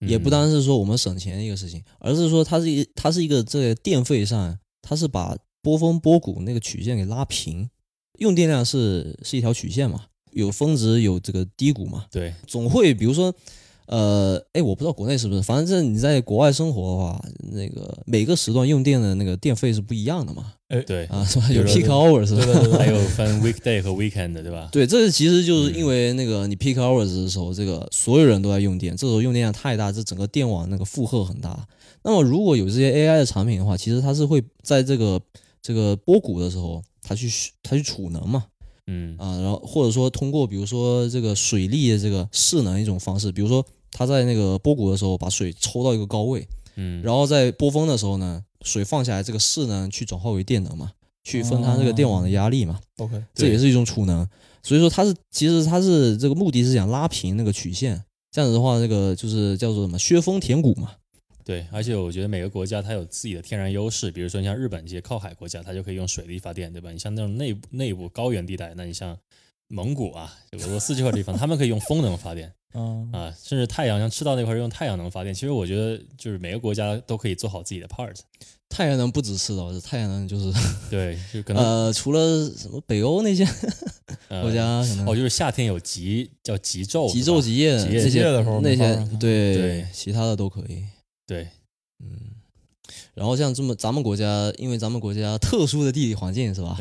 Speaker 3: 也
Speaker 2: 嗯
Speaker 3: 不单是说我们省钱一个事情，而是说它是一它是一个这个电费上，它是把波峰波谷那个曲线给拉平，用电量是是一条曲线嘛，有峰值有这个低谷嘛，
Speaker 2: 对，
Speaker 3: 总会比如说，呃，哎，我不知道国内是不是，反正你在国外生活的话，那个每个时段用电的那个电费是不一样的嘛，
Speaker 2: 对，
Speaker 3: 啊，是吧？有
Speaker 2: 对
Speaker 3: peak hours 是吧？
Speaker 1: 对对
Speaker 2: 还有分 weekday 和 weekend 的，对吧？
Speaker 3: 对，这其实就是因为那个你 peak hours 的时候，这个所有人都在用电，这时候用电量太大，这整个电网那个负荷很大。那么如果有这些 AI 的产品的话，其实它是会在这个这个波谷的时候，它去它去储能嘛，
Speaker 2: 嗯，
Speaker 3: 啊，然后或者说通过比如说这个水力的这个势能一种方式，比如说它在那个波谷的时候把水抽到一个高位，
Speaker 2: 嗯，
Speaker 3: 然后在波峰的时候呢，水放下来，这个势能去转化为电能嘛，去分摊这个电网的压力嘛，
Speaker 1: OK，
Speaker 3: 这
Speaker 2: 对
Speaker 3: 也是一种储能。所以说它是其实它是这个目的是想拉平那个曲线，这样子的话，这个就是叫做什么削峰填谷嘛，
Speaker 2: 对，而且我觉得每个国家它有自己的天然优势，比如说你像日本这些靠海国家，它就可以用水力发电，对吧？你像那种内部内部高原地带，那你像蒙古啊、俄罗斯这块地方，他们可以用风能发电
Speaker 1: 嗯，
Speaker 2: 啊，甚至太阳像赤道那块用太阳能发电。其实我觉得就是每个国家都可以做好自己的 part，
Speaker 3: 太阳能不止赤道，太阳能就是
Speaker 2: 对，就可能
Speaker 3: 呃，除了什么北欧那些
Speaker 2: 呃
Speaker 3: 国家可能
Speaker 2: 哦，就是夏天有极叫极昼，
Speaker 3: 极
Speaker 2: 是吧
Speaker 3: 昼极夜
Speaker 2: 极夜
Speaker 3: 这
Speaker 1: 极
Speaker 3: 些
Speaker 1: 夜的时候
Speaker 3: 那
Speaker 1: 没法
Speaker 3: 些
Speaker 1: 让它
Speaker 3: 对
Speaker 2: 对
Speaker 3: 其他的都可以，
Speaker 2: 对，
Speaker 3: 嗯。然后像这么咱们国家，因为咱们国家特殊的地理环境 是吧，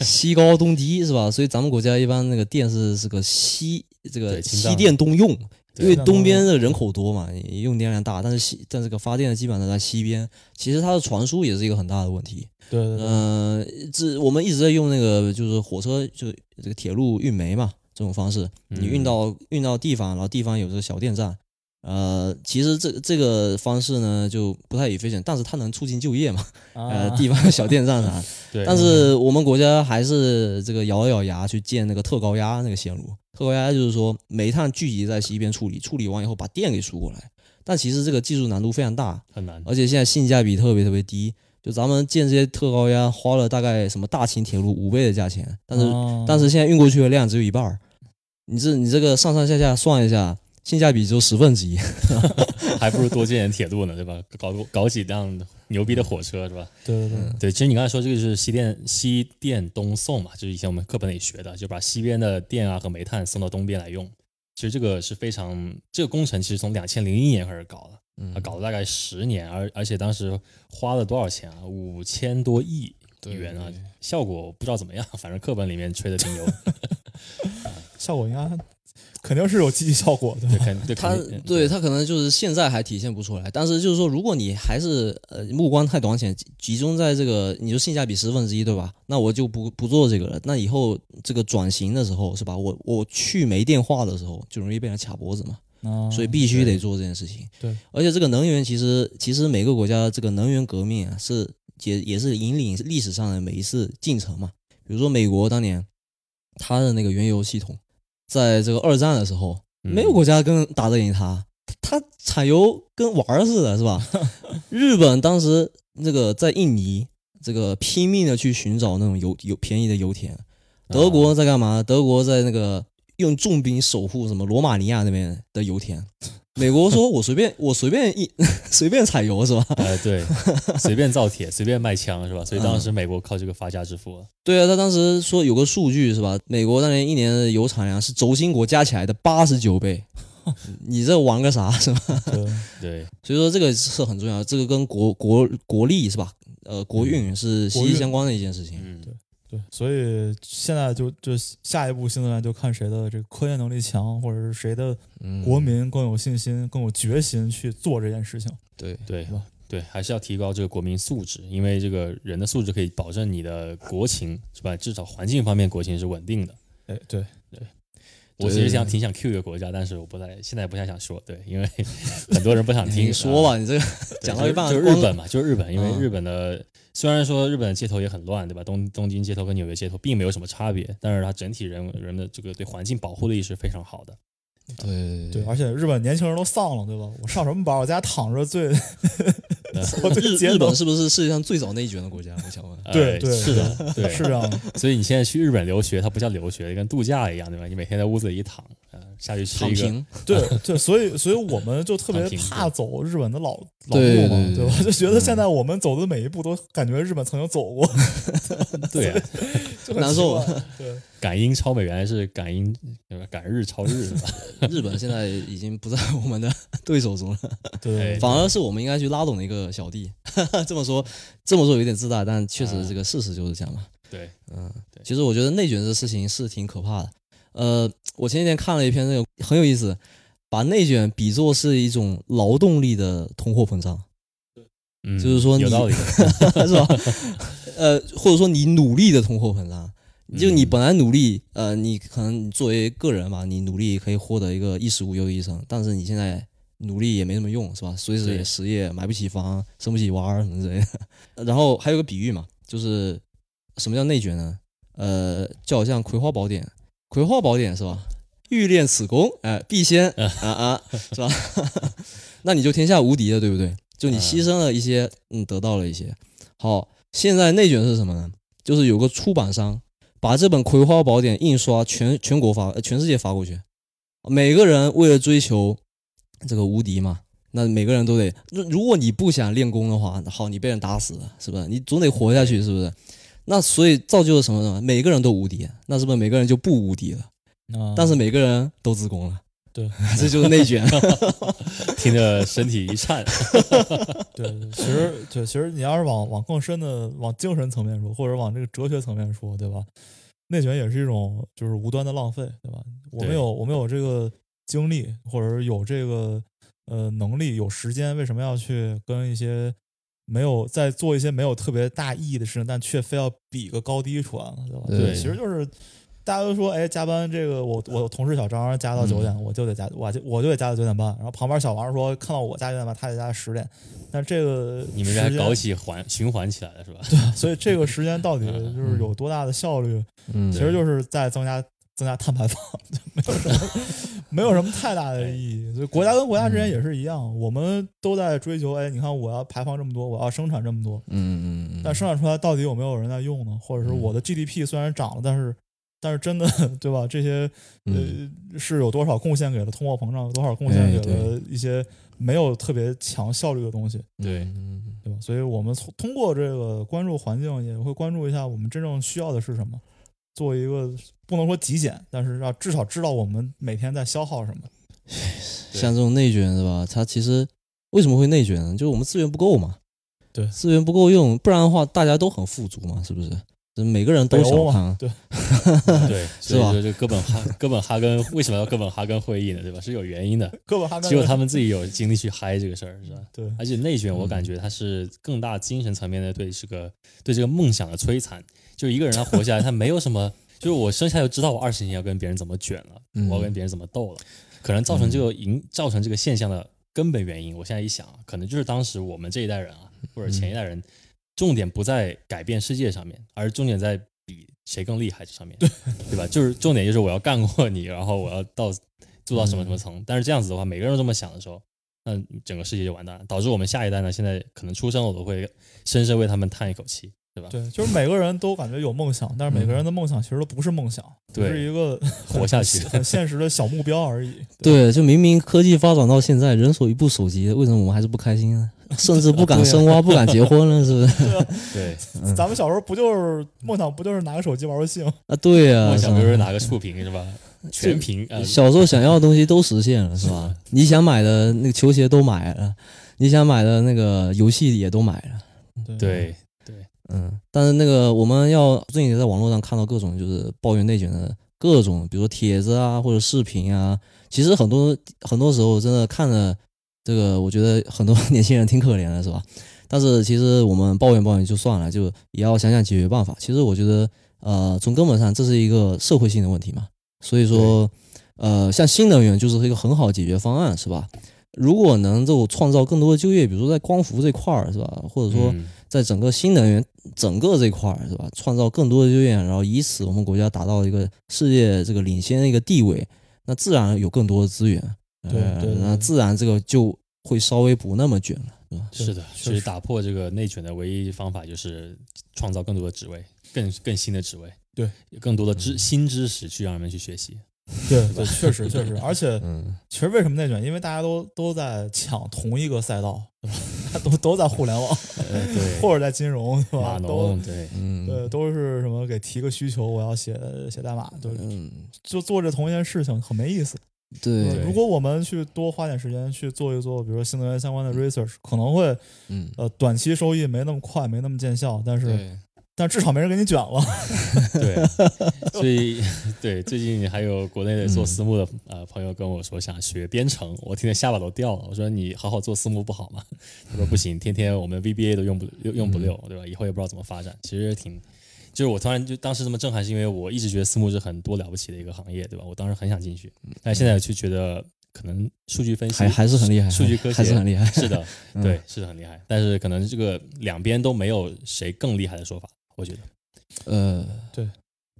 Speaker 3: 西高东低是吧，所以咱们国家一般那个电是是个西这个
Speaker 2: 对青藏
Speaker 3: 西电东用，
Speaker 2: 对
Speaker 3: 因为东边的人口多嘛，你用电量大，但是西但这个发电的基本上在西边，其实它的传输也是一个很大的问题。
Speaker 1: 对对对，
Speaker 3: 嗯，这我们一直在用那个就是火车，就是这个铁路运煤嘛，这种方式，你运到运到地方，然后地方有这个小电站。呃，其实这这个方式呢就不太 efficient，但是它能促进就业嘛，呃，
Speaker 1: 啊
Speaker 3: 地方小电站啥，
Speaker 2: 对，
Speaker 3: 但是我们国家还是这个咬了咬牙去建那个特高压那个线路。特高压就是说煤炭聚集在西边处理，处理完以后把电给输过来。但其实这个技术难度非常大，
Speaker 2: 很难，
Speaker 3: 而且现在性价比特别特别低。就咱们建这些特高压花了大概什么大秦铁路五倍的价钱，但是、
Speaker 1: 哦
Speaker 3: 但是现在运过去的量只有一半儿。你这你这个上上下下算一下，性价比只有十分之一。呃
Speaker 2: 还不如多建点铁路呢，对吧？搞搞几辆牛逼的火车，是吧？
Speaker 1: 对对对，
Speaker 3: 嗯
Speaker 2: 对，其实你刚才说这个是西电西电东送嘛，就是以前我们课本里学的，就把西边的电啊和煤炭送到东边来用。其实这个是非常，这个工程其实从两千零一年开始搞的，
Speaker 3: 嗯
Speaker 2: 啊，搞了大概十年，而而且当时花了多少钱啊？五千多亿
Speaker 3: 对
Speaker 2: 元啊
Speaker 3: 对，
Speaker 2: 效果不知道怎么样，反正课本里面吹的 挺牛，
Speaker 1: 效果应该肯定是有积极效果的。
Speaker 2: 对，肯对
Speaker 3: 他
Speaker 2: 肯定
Speaker 3: 对他可能就是现在还体现不出来，但是就是说，如果你还是呃目光太短浅，集集中在这个，你就性价比十分之一，对吧？那我就不不做这个了。那以后这个转型的时候，是吧？我我去没电话的时候，就容易被人卡脖子嘛，
Speaker 1: 啊
Speaker 3: 所以必须得做这件事情。
Speaker 1: 对，
Speaker 3: 而且这个能源其实其实每个国家这个能源革命啊，是也也是引领历史上的每一次进程嘛。比如说美国当年它的那个原油系统，在这个二战的时候。
Speaker 2: 嗯
Speaker 3: 没有国家更打得赢他，他他产油跟玩儿似的，是吧？日本当时那个在印尼，这个拼命的去寻找那种油油便宜的油田。德国在干嘛？德国在那个用重兵守护什么罗马尼亚那边的油田。美国说：“我随便， 我随便一随便采油是吧
Speaker 2: 呃， 对，随便造铁，随便卖枪是吧？所以当时
Speaker 3: 嗯
Speaker 2: 美国靠这个发家致富了。？”
Speaker 3: 对啊，他当时说有个数据是吧？美国当年一年的油产量是轴心国加起来的八十九倍。你这玩个啥是吧？
Speaker 1: 对
Speaker 2: 对，
Speaker 3: 所以说这个是很重要的，这个跟国国国力是吧？呃，国运是息
Speaker 1: 国
Speaker 3: 息
Speaker 1: 运
Speaker 3: 相关的一件事情。
Speaker 2: 嗯，
Speaker 1: 对，所以现在就就下一步新能源就看谁的这个科研能力强，或者是谁的
Speaker 3: 嗯
Speaker 1: 国民更有信心、更有决心去做这件事情。
Speaker 3: 对
Speaker 2: 对
Speaker 1: 吧
Speaker 2: 对，还是要提高这个国民素质，因为这个人的素质可以保证你的国情是吧？至少环境方面国情是稳定的。
Speaker 1: 哎，对，
Speaker 2: 我其实想挺想 Q 一个国家，但是我不太现在不太想说，对，因为很多人不想听。
Speaker 3: 你说
Speaker 2: 啊，
Speaker 3: 吧，你这个
Speaker 2: 对
Speaker 3: 讲到一半，
Speaker 2: 就是就是
Speaker 3: 光
Speaker 2: 日本嘛，就是日本，因为
Speaker 3: 嗯
Speaker 2: 日本的虽然说日本的街头也很乱，对吧？东东京街头跟纽约街头并没有什么差别，但是它整体人人的这个对环境保护的意识非常好的。
Speaker 3: 对 啊
Speaker 1: 对，而且日本年轻人都丧了，对吧？我上什么班？我在家躺着最， 我最
Speaker 3: 日
Speaker 1: 街头
Speaker 3: 嗯日本是不是世界上最早内卷的国家？我想问。
Speaker 1: 对
Speaker 2: 哎
Speaker 1: 对
Speaker 2: 是 的，对
Speaker 1: 是这样的。
Speaker 2: 所以你现在去日本留学，它不叫留学，跟度假一样，对吧？你每天在屋子里一躺，呃，下去吃
Speaker 3: 躺
Speaker 2: 一个，
Speaker 3: 平，
Speaker 1: 对对，所以所以我们就特别
Speaker 2: 躺平
Speaker 1: 怕走日本的老老
Speaker 3: 对
Speaker 1: 路嘛，
Speaker 3: 对对嗯
Speaker 1: 对吧？就觉得现在我们走的每一步都感觉日本曾经走过，
Speaker 2: 对、啊，
Speaker 1: 就很
Speaker 3: 难受哎
Speaker 1: 奇怪。对，
Speaker 2: 赶英超美元还是赶英，对吧？赶日超日，对吧？
Speaker 3: 日本现在已经不在我们的对手中了，
Speaker 1: 对
Speaker 2: 哎
Speaker 3: 反而是我们应该去拉拢的一个小弟。 这么说，这么说有点自大，但确实这个事实就是这样嘛。
Speaker 2: 对，
Speaker 3: 嗯其实我觉得内卷这事情是挺可怕的。呃，我前几天看了一篇那个很有意思，把内卷比作是一种劳动力的通货膨胀，
Speaker 2: 嗯，
Speaker 3: 就是说你
Speaker 2: 有 道理的，
Speaker 3: 是吧？呃，或者说你努力的通货膨胀，就你
Speaker 2: 嗯
Speaker 3: 本来努力，呃，你可能你作为个人嘛，你努力可以获得一个衣食无忧的一生，但是你现在努力也没什么用，是吧？随时也
Speaker 2: 对
Speaker 3: 失业，买不起房，生不起娃儿什么之类的。 然后还有个比喻嘛，就是什么叫内卷呢？呃，就好像《葵花宝典》，《葵花宝典》是吧？欲练此功，哎、必先啊啊，是吧？ 那你就天下无敌了，对不对？就你牺牲了一些，嗯，得到了一些。好，现在内卷是什么呢？就是有个出版商把这本《葵花宝典》印刷全全国发、呃全世界发过去，每个人为了追求这个无敌嘛，那每个人都得，如如果你不想练功的话，好，你被人打死了，是不是？你总得活下去，是不是？那所以造就了什么呢？每个人都无敌，那是不是每个人就不无敌了？
Speaker 1: 啊
Speaker 3: 但是每个人都自宫了，
Speaker 1: 对，
Speaker 3: 这就是 内卷。
Speaker 2: 听着身体一颤，
Speaker 1: 对，对其实对，其实你要是往往更深的往精神层面说，或者往这个哲学层面说，对吧？内卷也是一种就是无端的浪费，对吧？我们
Speaker 2: 对
Speaker 1: 有我们有这个精力，或者是有这个呃能力，有时间，为什么要去跟一些没有在做一些没有特别大意义的事情，但却非要比个高低出来了，对吧？
Speaker 3: 对
Speaker 1: 其实就是。大家都说，哎，加班这个我我同事小张加到九点，我就得加，我就我就得加到九点半。然后旁边小王说，看到我加九点半，他得加十点。但这个
Speaker 2: 你们这还
Speaker 1: 时间
Speaker 2: 搞，起环循环起来了是吧？
Speaker 1: 所以这个时间到底就是有多大的效率？
Speaker 3: 嗯
Speaker 1: 其实就是在增加增加碳排放，没有什么没有什么太大的意义。所以国家跟国家之间也是一样，我们都在追求，哎，你看我要排放这么多，我要生产这么多，
Speaker 3: 嗯嗯嗯，
Speaker 1: 但生产出来到底有没有人在用呢？或者是我的 GDP 虽然涨了，但是但是真的 对吧？这些
Speaker 3: 嗯，
Speaker 1: 呃是有多少贡献给了通货膨胀，有多少贡献
Speaker 3: 哎
Speaker 1: 给
Speaker 3: 对
Speaker 1: 了一些没有特别强效率的东西，
Speaker 2: 对
Speaker 3: 嗯
Speaker 1: 对吧？所以我们从通过这个关注环境，也会关注一下我们真正需要的是什么，做一个不能说极简，但是要至少知道我们每天在消耗什么。
Speaker 3: 像这种内卷是吧？它其实为什么会内卷呢？就是我们资源不够嘛，
Speaker 1: 对
Speaker 3: 资源不够用，不然的话大家都很富足嘛，是不是？就是每个人都
Speaker 1: 北
Speaker 3: 小
Speaker 1: 欧嘛
Speaker 3: 康，，
Speaker 1: 对，
Speaker 2: 对，所以说这哥本哈哥本哈根为什么要哥本哈根会议呢？对吧？是有原因的，
Speaker 1: 哥本哈根
Speaker 2: 只有他们自己有精力去嗨这个事儿，是吧？
Speaker 1: 对
Speaker 2: 而且内卷，我感觉它是更大精神层面的对这个对这个梦想的摧残。就一个人他活下来，他没有什么，就是我生下来就知道我二十年要跟别人怎么卷了，
Speaker 3: 嗯
Speaker 2: 我要跟别人怎么斗了，可能造成这个影造成这个现象的根本原因，我现在一想啊，可能就是当时我们这一代人啊，或者前一代人，重点不在改变世界上面，而重点在比谁更厉害这上面，对吧？就是重点就是我要干过你，然后我要到做到什么什么层。但是这样子的话，每个人都这么想的时候，那整个世界就完蛋了，导致我们下一代呢，现在可能出生我都会深深为他们叹一口气，对吧？
Speaker 1: 对，就是每个人都感觉有梦想，但是每个人的梦想其实都不是梦想，只
Speaker 2: 嗯对
Speaker 1: 是一个
Speaker 2: 活 下去
Speaker 1: 很现实的小目标而已。
Speaker 3: 对，就明明科技发展到现在，人手一部手机，为什么我们还是不开 心呢？甚至不敢生娃，不敢结婚了，是不是？
Speaker 2: 对，
Speaker 1: 咱们小时候不就是梦想，不就是拿个手机玩游戏吗？
Speaker 3: 啊，对呀、
Speaker 2: 梦
Speaker 3: 是
Speaker 2: 想
Speaker 3: 吧
Speaker 2: 比如说拿个触屏是吧？全屏啊，
Speaker 3: 小时候想要的东西都实现了，是吧？你想买的那个球鞋都买了，你想买的那个游戏也都买了，
Speaker 1: 对
Speaker 2: 对，
Speaker 3: 嗯。但是那个我们要最近也在网络上看到各种就是抱怨内卷的各种，比如说帖子啊或者视频啊，其实很多很多时候真的看了这个，我觉得很多年轻人挺可怜的，是吧？但是其实我们抱怨抱怨就算了，就也要想想解决办法。其实我觉得，呃，从根本上这是一个社会性的问题嘛。所以说，呃，像新能源就是一个很好解决方案，是吧？如果能够创造更多的就业，比如说在光伏这块儿，是吧？或者说
Speaker 2: 嗯
Speaker 3: 在整个新能源整个这块儿，是吧？创造更多的就业，然后以此我们国家达到一个世界这个领先的一个地位，那自然有更多的资源，
Speaker 1: 对
Speaker 3: 呃
Speaker 1: 对对
Speaker 3: 那自然这个就会稍微不那么卷了，是吧？
Speaker 2: 是的，
Speaker 1: 确
Speaker 2: 所以
Speaker 1: 实
Speaker 2: 打破这个内卷的唯一方法就是创造更多的职位，更更新的职位，
Speaker 1: 对，嗯
Speaker 2: 更多的知新知识去让人们去学习。
Speaker 1: 对对，确实确 实，而且
Speaker 3: 嗯，
Speaker 1: 其实为什么内卷？因为大家都都在抢同一个赛道，对吧？ 大家都都在互联网
Speaker 2: 呃，对，
Speaker 1: 或者在金融，对吧？
Speaker 2: 码
Speaker 1: 都
Speaker 2: 农，对，
Speaker 3: 嗯
Speaker 1: 对，都是什么给提个需求，我要写写代码，对，
Speaker 3: 嗯，
Speaker 1: 就做这同一件事情很没意思。
Speaker 3: 对，
Speaker 1: 如果我们去多花点时间去做一做，比如说新能源相关的 research，可能会
Speaker 3: 嗯，
Speaker 1: 呃短期收益没那么快，没那么见效，但是但至少没人给你卷了。
Speaker 2: 对，所以 对最近还有国内的做私募的呃朋友跟我说想学编程，我听得下巴都掉了。我说你好好做私募不好吗？ 他说不行，天天我们 VBA 都用不用用不溜，
Speaker 3: 嗯
Speaker 2: 对吧？以后也不知道怎么发展。其实挺，就是我突然就当时这么震撼，是因为我一直觉得私募是很多了不起的一个行业，对吧？我当时很想进去，但现在就觉得可能数据分析
Speaker 3: 嗯还还是很厉害，
Speaker 2: 数据科学
Speaker 3: 还是很厉害，
Speaker 2: 是的，
Speaker 3: 嗯
Speaker 2: 对，是很厉害。但是可能这个两边都没有谁更厉害的说法，我觉得。
Speaker 3: 呃，
Speaker 1: 对，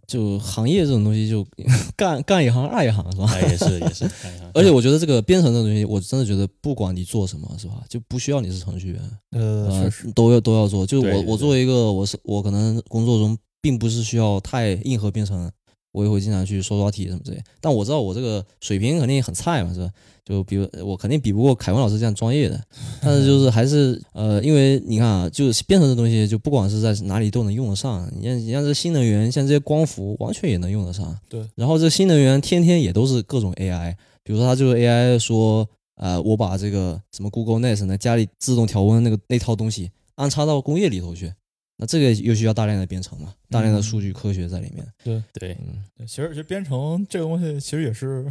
Speaker 3: 就行业这种东西就 干干一行爱一行，是吧？
Speaker 2: 哎，也是也是，哎呀
Speaker 3: 而且我觉得这个编程这种东西，我真的觉得不管你做什么，是吧，就不需要你是程序员，
Speaker 1: 呃，
Speaker 3: 呃
Speaker 1: 确实，，
Speaker 3: 都要都要做。就是
Speaker 2: 对
Speaker 3: 我
Speaker 2: 对
Speaker 3: 我
Speaker 2: 对
Speaker 3: 作为一个我是我可能工作中并不是需要太硬核编程，我也会经常去刷刷题什么之类。但我知道我这个水平肯定很菜嘛，是吧？就比如我肯定比不过凯文老师这样专业的， 但是就是还是呃，因为你看啊，就是编程这东西，就不管是在哪里都能用得上。你像你像这新能源，像这些光伏，完全也能用得上。
Speaker 1: 对，
Speaker 3: 然后这新能源天天也都是各种 AI，比如说它就是 AI 说，呃，我把这个什么 Google Nest 呢，家里自动调温那个那套东西安插到工业里头去，那这个又需要大量的编程嘛，大量的数据科学在里面。
Speaker 2: 对，
Speaker 3: 嗯，
Speaker 1: 对其实其实编程这个东西其实也是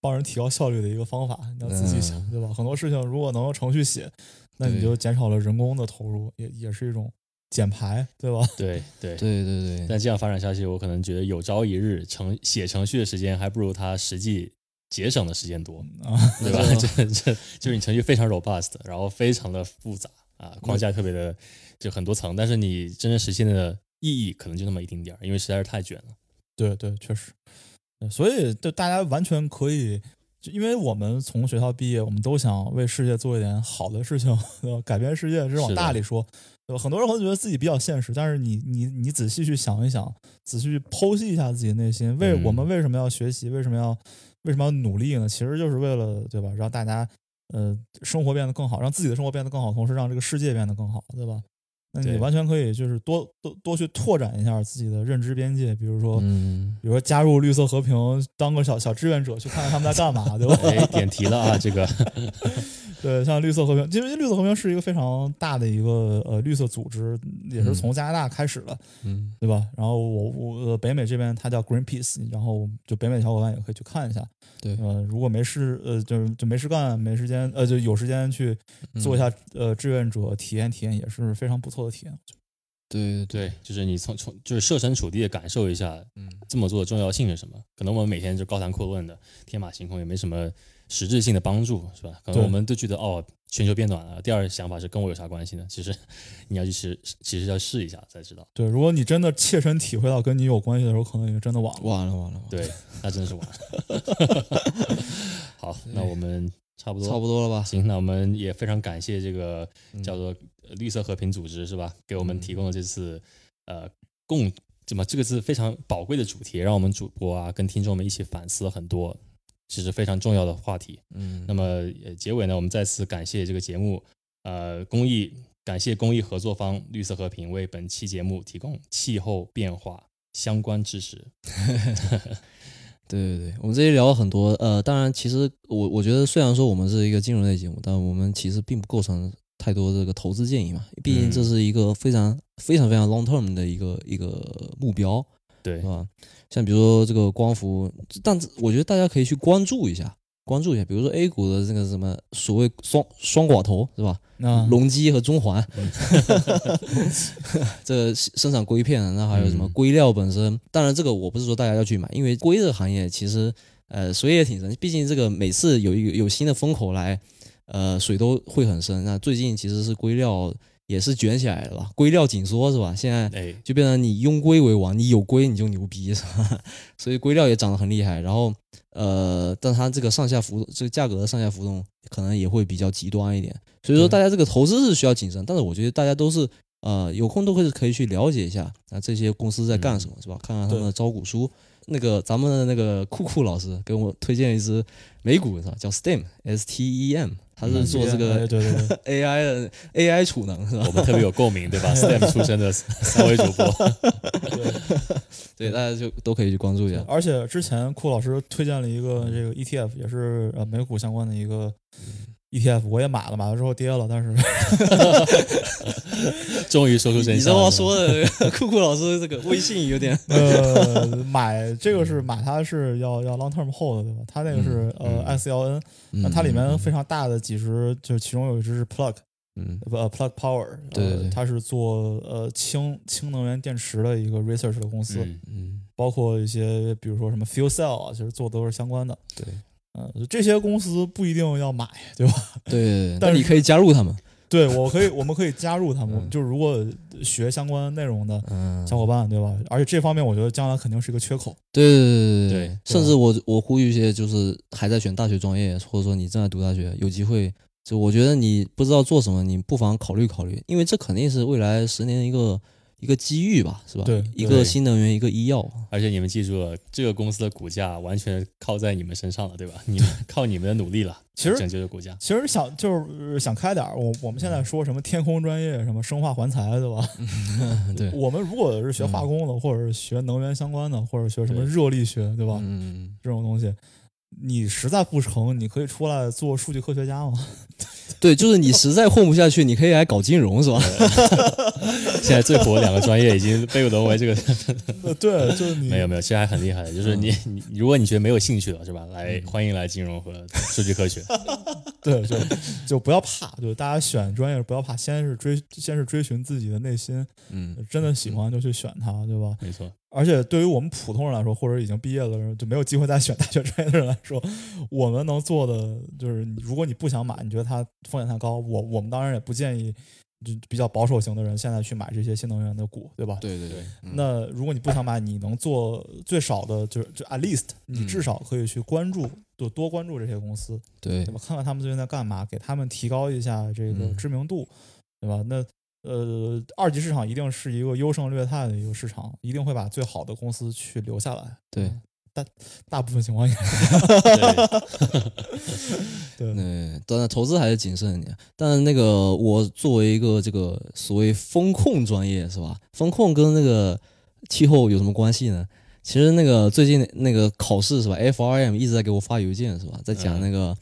Speaker 1: 帮人提高效率的一个方法，你要自己想，
Speaker 3: 嗯
Speaker 1: 对吧？很多事情如果能用程序写，那你
Speaker 3: 对
Speaker 1: 就减少了人工的投入，也也是一种减排，对吧？
Speaker 2: 对对。
Speaker 3: 对对对，
Speaker 2: 但这样发展下去，我可能觉得有朝一日程写程序的时间还不如他实际节省的时间多，
Speaker 1: 啊，
Speaker 2: 对吧？ 这这就是你程序非常 robust，然后非常的复杂啊，框架特别的就很多层，但是你真正实现的意义可能就那么一丁点儿，因为实在是太卷了。
Speaker 1: 对对，确实。呃所以，就大家完全可以，就因为我们从学校毕业，我们都想为世界做一点好的事情， 对吧改变世界，这是往
Speaker 2: 是的
Speaker 1: 大里说。对吧？很多人可能觉得自己比较现实，但是你你你仔细去想一想，仔细剖析一下自己内心，为
Speaker 2: 嗯
Speaker 1: 我们为什么要学习，为什么要为什么要努力呢？其实就是为了对吧，让大家呃生活变得更好，让自己的生活变得更好，同时让这个世界变得更好，对吧？那你
Speaker 2: 对
Speaker 1: 完全可以就是多多多去拓展一下自己的认知边界，比如说、
Speaker 2: 嗯，
Speaker 1: 比如说加入绿色和平，当个小小志愿者去看看他们在干嘛， 对吧？
Speaker 2: 哎，点题了啊，这个，
Speaker 1: 对，像绿色和平，其实绿色和平是一个非常大的一个呃绿色组织，也是从加拿大开始的，
Speaker 3: 嗯
Speaker 1: 对吧？然后我我、呃、北美这边它叫 Greenpeace，然后就北美小伙伴也可以去看一下。
Speaker 3: 对
Speaker 1: 呃，如果没事呃就就没事干，没时间呃就有时间去
Speaker 3: 嗯
Speaker 1: 做一下、呃志愿者，体验体验也是非常不错的体验。
Speaker 3: 对对，
Speaker 2: 对，就是你从从就是设身处地的感受一下
Speaker 3: 嗯
Speaker 2: 这么做的重要性是什么？可能我们每天就高谈阔论的，天马行空，也没什么实质性的帮助，是吧？可能
Speaker 1: 对
Speaker 2: 我们都觉得哦，全球变暖了。第二想法是跟我有啥关系呢？其实你要去试，其实要试一下才知道。
Speaker 1: 对，如果你真的切身体会到跟你有关系的时候，可能已经真的晚了。
Speaker 3: 完了完了，完了
Speaker 2: 对，那真的是晚了。 好，那我们差不多，
Speaker 3: 差不多了吧？
Speaker 2: 行，那我们也非常感谢这个
Speaker 3: 嗯
Speaker 2: 叫做呃绿色和平组织是吧，给我们
Speaker 3: 嗯
Speaker 2: 提供了这次呃共怎么这个是非常宝贵的主题，让我们主播啊跟听众们一起反思了很多，其实非常重要的话题。
Speaker 3: 嗯
Speaker 2: 那么呃结尾呢，我们再次感谢这个节目呃公益，感谢公益合作方绿色和平为本期节目提供气候变化相关知识。
Speaker 3: 对对对，我们这里聊了很多，呃，当然，其实我我觉得，虽然说我们是一个金融类节目，但我们其实并不构成太多这个投资建议嘛，毕竟这是一个非常、非常非常 long term 的一个一个目标，
Speaker 2: 对
Speaker 3: 是，吧？像比如说这个光伏，但我觉得大家可以去关注一下，关注一下，比如说 A 股的这个什么所谓双双寡头，是吧？
Speaker 1: 那
Speaker 3: 隆基和中环，这生产硅片，那还有什么
Speaker 2: 嗯
Speaker 3: 硅料本身？当然，这个我不是说大家要去买，因为硅这个行业其实呃水也挺深，毕竟这个每次有一个有新的风口来，呃水都会很深。那最近其实是硅料也是卷起来了吧？硅料紧缩是吧？现在
Speaker 2: 哎，
Speaker 3: 就变成你用硅为王，你有硅你就牛逼是吧？ 所以硅料也涨得很厉害，然后呃，但它这个上下浮这个价格的上下浮动可能也会比较极端一点，所以说
Speaker 1: 对
Speaker 3: 大家这个投资是需要谨慎，但是我觉得大家都是呃有空都可以可以去了解一下啊这些公司在干什么、是吧？看看他们的招股书。那个咱们的那个酷酷老师给我推荐一只美股是吧？叫 STEM S T E M，他是做这
Speaker 1: 哎对
Speaker 3: 个
Speaker 1: 对对，
Speaker 3: AI 的 AI 储能是吧？
Speaker 2: 我们特别有共鸣，对 吧？STEM 出身的三位主播。
Speaker 3: 对，大家就都可以去关注一下。
Speaker 1: 而且之前库老师推荐了一个这个 ETF，也是呃美股相关的一个 ETF，我也买了，买了之后跌了，但是
Speaker 2: 终于说出真相了。
Speaker 3: 你这话
Speaker 2: 是吧
Speaker 3: 说的， 酷酷老师这个微信有点，
Speaker 1: 呃买这个是买它是要要 long term hold 的，对吧？它那个是、
Speaker 2: 嗯
Speaker 1: 呃 SLN，那、它里面非常大的几十，就是其中有一只是 Plug
Speaker 3: 嗯
Speaker 1: 不、呃 Plug Power，呃
Speaker 3: 对对对
Speaker 1: 它是做呃氢氢能源电池的一个 research 的公司，
Speaker 2: 嗯
Speaker 3: 嗯
Speaker 1: 包括一些比如说什么 fuel cell 啊，其实做的都是相关的。
Speaker 3: 对
Speaker 1: 呃，这些公司不一定要买，对吧？
Speaker 3: 对对，
Speaker 1: 但
Speaker 3: 但
Speaker 1: 是
Speaker 3: 你可以加入他们，
Speaker 1: 对，我可以，我们可以加入他们。
Speaker 3: 嗯
Speaker 1: 我们就是如果学相关内容的
Speaker 3: 嗯，
Speaker 1: 小伙伴，对吧？而且这方面，我觉得将来肯定是一个缺口。
Speaker 3: 对对对
Speaker 2: 对
Speaker 3: 对，甚至我我呼吁一些就是还在选大学专业，或者说你正在读大学，有机会就我觉得你不知道做什么，你不妨考虑考虑，因为这肯定是未来十年的一个一个机遇吧，是吧？
Speaker 1: 对
Speaker 3: 嗯一
Speaker 2: 对
Speaker 3: 个新能源，一个医药，
Speaker 2: 而且你们记住了，这个公司的股价完全靠在你们身上了，对吧？ 你们靠你们的努力了，
Speaker 1: 其实
Speaker 2: 拯救了股价。
Speaker 1: 其实想就是想开点儿，我我们现
Speaker 3: 嗯
Speaker 1: 在说什么天空专业，什么生化环材，对吧？
Speaker 3: 对，嗯
Speaker 1: 我们如果是学化工的，或者是学能源相关的，或者学什么
Speaker 2: 对
Speaker 1: 热力学，对吧？
Speaker 3: 嗯，
Speaker 1: 这种东西，你实在不成，你可以出来做数据科学家嘛。
Speaker 3: 对，就是你实在混不下去，你可以来搞金融，是吧？
Speaker 2: 现在最火的两个专业已经被沦为这 个，
Speaker 1: 呃，对，就是你
Speaker 2: 没有没有，其实还很厉害的。就是你
Speaker 3: 嗯
Speaker 2: 你，如果你觉得没有兴趣了，是吧？来，欢迎来金融和数据科学。
Speaker 1: 对，就就不要怕，就是大家选专业不要怕，先是追先是追寻自己的内心，
Speaker 3: 嗯，
Speaker 1: 真的喜欢就去选它，对吧？
Speaker 2: 没错，
Speaker 1: 而且对于我们普通人来说，或者已经毕业的人，就没有机会再选大学专业的人来说，我们能做的就是，如果你不想买，你觉得它风险太高，我我们当然也不建议，就比较保守型的人现在去买这些新能源的股，对吧？
Speaker 3: 对对对，
Speaker 1: 那如果你不想买，你能做最少的就是就 at least，你
Speaker 3: 嗯
Speaker 1: 至少可以去关注，就多关注这些公司，
Speaker 3: 对
Speaker 1: 对吧？看看他们最近在干嘛，给他们提高一下这个
Speaker 3: 嗯
Speaker 1: 知名度，对吧？那呃，二级市场一定是一个优胜劣汰的一个市场，一定会把最好的公司去留下来。
Speaker 3: 对
Speaker 1: 嗯，大大部分情况下，
Speaker 2: 对
Speaker 1: 对，
Speaker 3: 嗯，当然投资还是谨慎一点。但那个我作为一个这个所谓风控专业是吧？风控跟那个气候有什么关系呢？其实那个最近那个考试是吧？FRM 一直在给我发邮件是吧？在讲那个、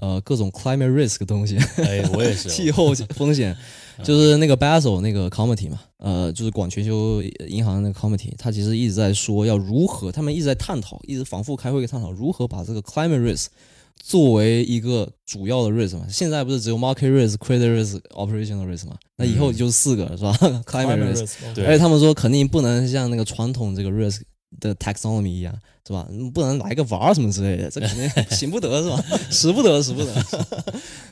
Speaker 3: 呃各种 climate risk 的东西，
Speaker 2: 哎，我也 是，嗯
Speaker 3: 气候 风险，就是那个 Basel 那个 committee 嘛，呃，就是管全球银行的那个 committee，它其实一直在说要如何，他们一直在探讨，一直反复开会探讨如何把这个 climate risk 作为一个主要的 risk 嘛。现在不是只有 market risk、credit risk、operational risk 嘛？那以后
Speaker 2: 嗯
Speaker 3: 就是四个、是吧 ？climate risk，
Speaker 1: risk，
Speaker 2: 对
Speaker 3: 而且他们说肯定不能像那个传统这个 risk 的 taxonomy 一样，是吧？嗯不能来个娃儿什么之类的，这肯定 行不得，是吧？使不得，使不得。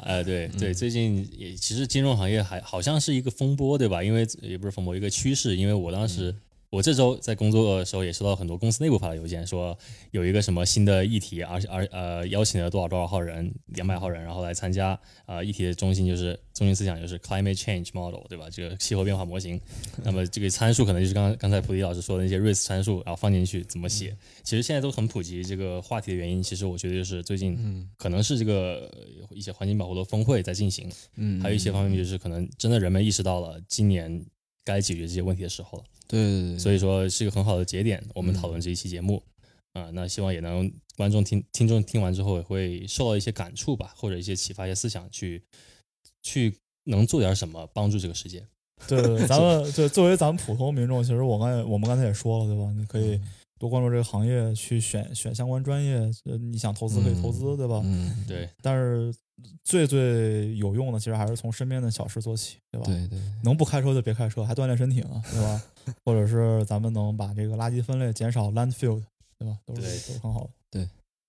Speaker 2: 哎，对对，最近也其实金融行业还好像是一个风波，对吧？因为也不是风波，一个趋势。因为我当时、我这周在工作的时候也收到很多公司内部发的邮件，说有一个什么新的议题，而且而呃邀请了多少多少号人，两百号人，然后来参加。呃，议题的中心就是中心思想就是 climate change model，对吧？这个气候变化模型。那么这个参数可能就是刚刚才菩提老师说的那些 risk 参数，然后放进去怎么写。其实现在都很普及这个话题的原因，其实我觉得就是最近可能是这个呃一些环境保护的峰会在进行，
Speaker 3: 嗯
Speaker 2: 还有一些方面就是可能真的人们意识到了今年该解决这些问题的时候了，
Speaker 3: 对对对，
Speaker 2: 所以说是一个很好的节点，我
Speaker 3: 嗯
Speaker 2: 们讨论这一期节目。啊、那希望也能观众听听众听完之后也会受到一些感触吧，或者一些启发、一些思想去，去能做点什么帮助这个世界。
Speaker 1: 对 对，对咱们对作为咱们普通民众，其实我刚才我们刚才也说了，对吧？你可以多关注这个行业，去选选相关专业，呃，你想投资可以投资，对吧？
Speaker 3: 嗯，
Speaker 2: 对，
Speaker 1: 但是最最有用的，其实还是从身边的小事做起，对吧？
Speaker 3: 对对，
Speaker 1: 能不开车就别开车，还锻炼身体呢，对吧？或者是咱们能把这个垃圾分类减少 landfill，对吧？都是
Speaker 2: 对
Speaker 1: 都是很好的。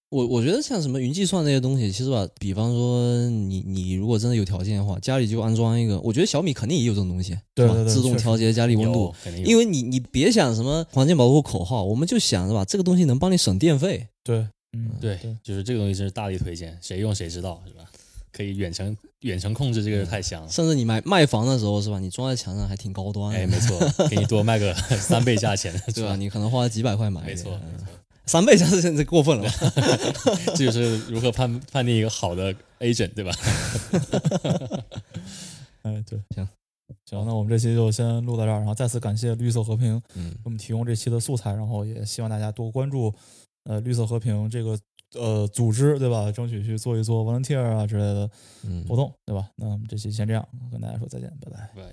Speaker 3: 我我觉得像什么云计算这些东西，其实吧，比方说你你如果真的有条件的话，家里就安装一个，我觉得小米肯定也有这种东西，
Speaker 1: 对
Speaker 3: 是吧
Speaker 1: 对对
Speaker 3: 自动
Speaker 1: 确实
Speaker 3: 调节家里温度
Speaker 2: 有。，肯定有
Speaker 3: 因为你你别想什么环境保护口号，我们就想是吧，这个东西能帮你省电费。
Speaker 1: 对，嗯，
Speaker 2: 对，就是这个东西真是大力推荐，谁用谁知道是吧？可以远程远程控制，这
Speaker 3: 嗯
Speaker 2: 个太香了。
Speaker 3: 甚至你买卖房的时候是吧，你装在墙上还挺高端
Speaker 2: 嗯
Speaker 3: 的，
Speaker 2: 哎，没错，给你多卖个 三倍价钱，
Speaker 3: 对
Speaker 2: 是
Speaker 3: 吧？？你可能花了几百块买一个，
Speaker 2: 没错，没
Speaker 3: 嗯
Speaker 2: 错，
Speaker 3: 三倍价是现在过分了吧？
Speaker 2: 这就是如何判判定一个好的 agent，对吧？
Speaker 1: 哎，对，
Speaker 3: 行
Speaker 1: 行，那我们这期就先录到这儿，然后再次感谢绿色和平
Speaker 3: 嗯
Speaker 1: 给我们提供这期的素材，然后也希望大家多关注呃绿色和平这个呃组织，对吧？争取去做一做 volunteer 啊之类的
Speaker 3: 嗯
Speaker 1: 活动，对吧？那我们这期先这样，跟大家说再见，拜拜。
Speaker 2: 对。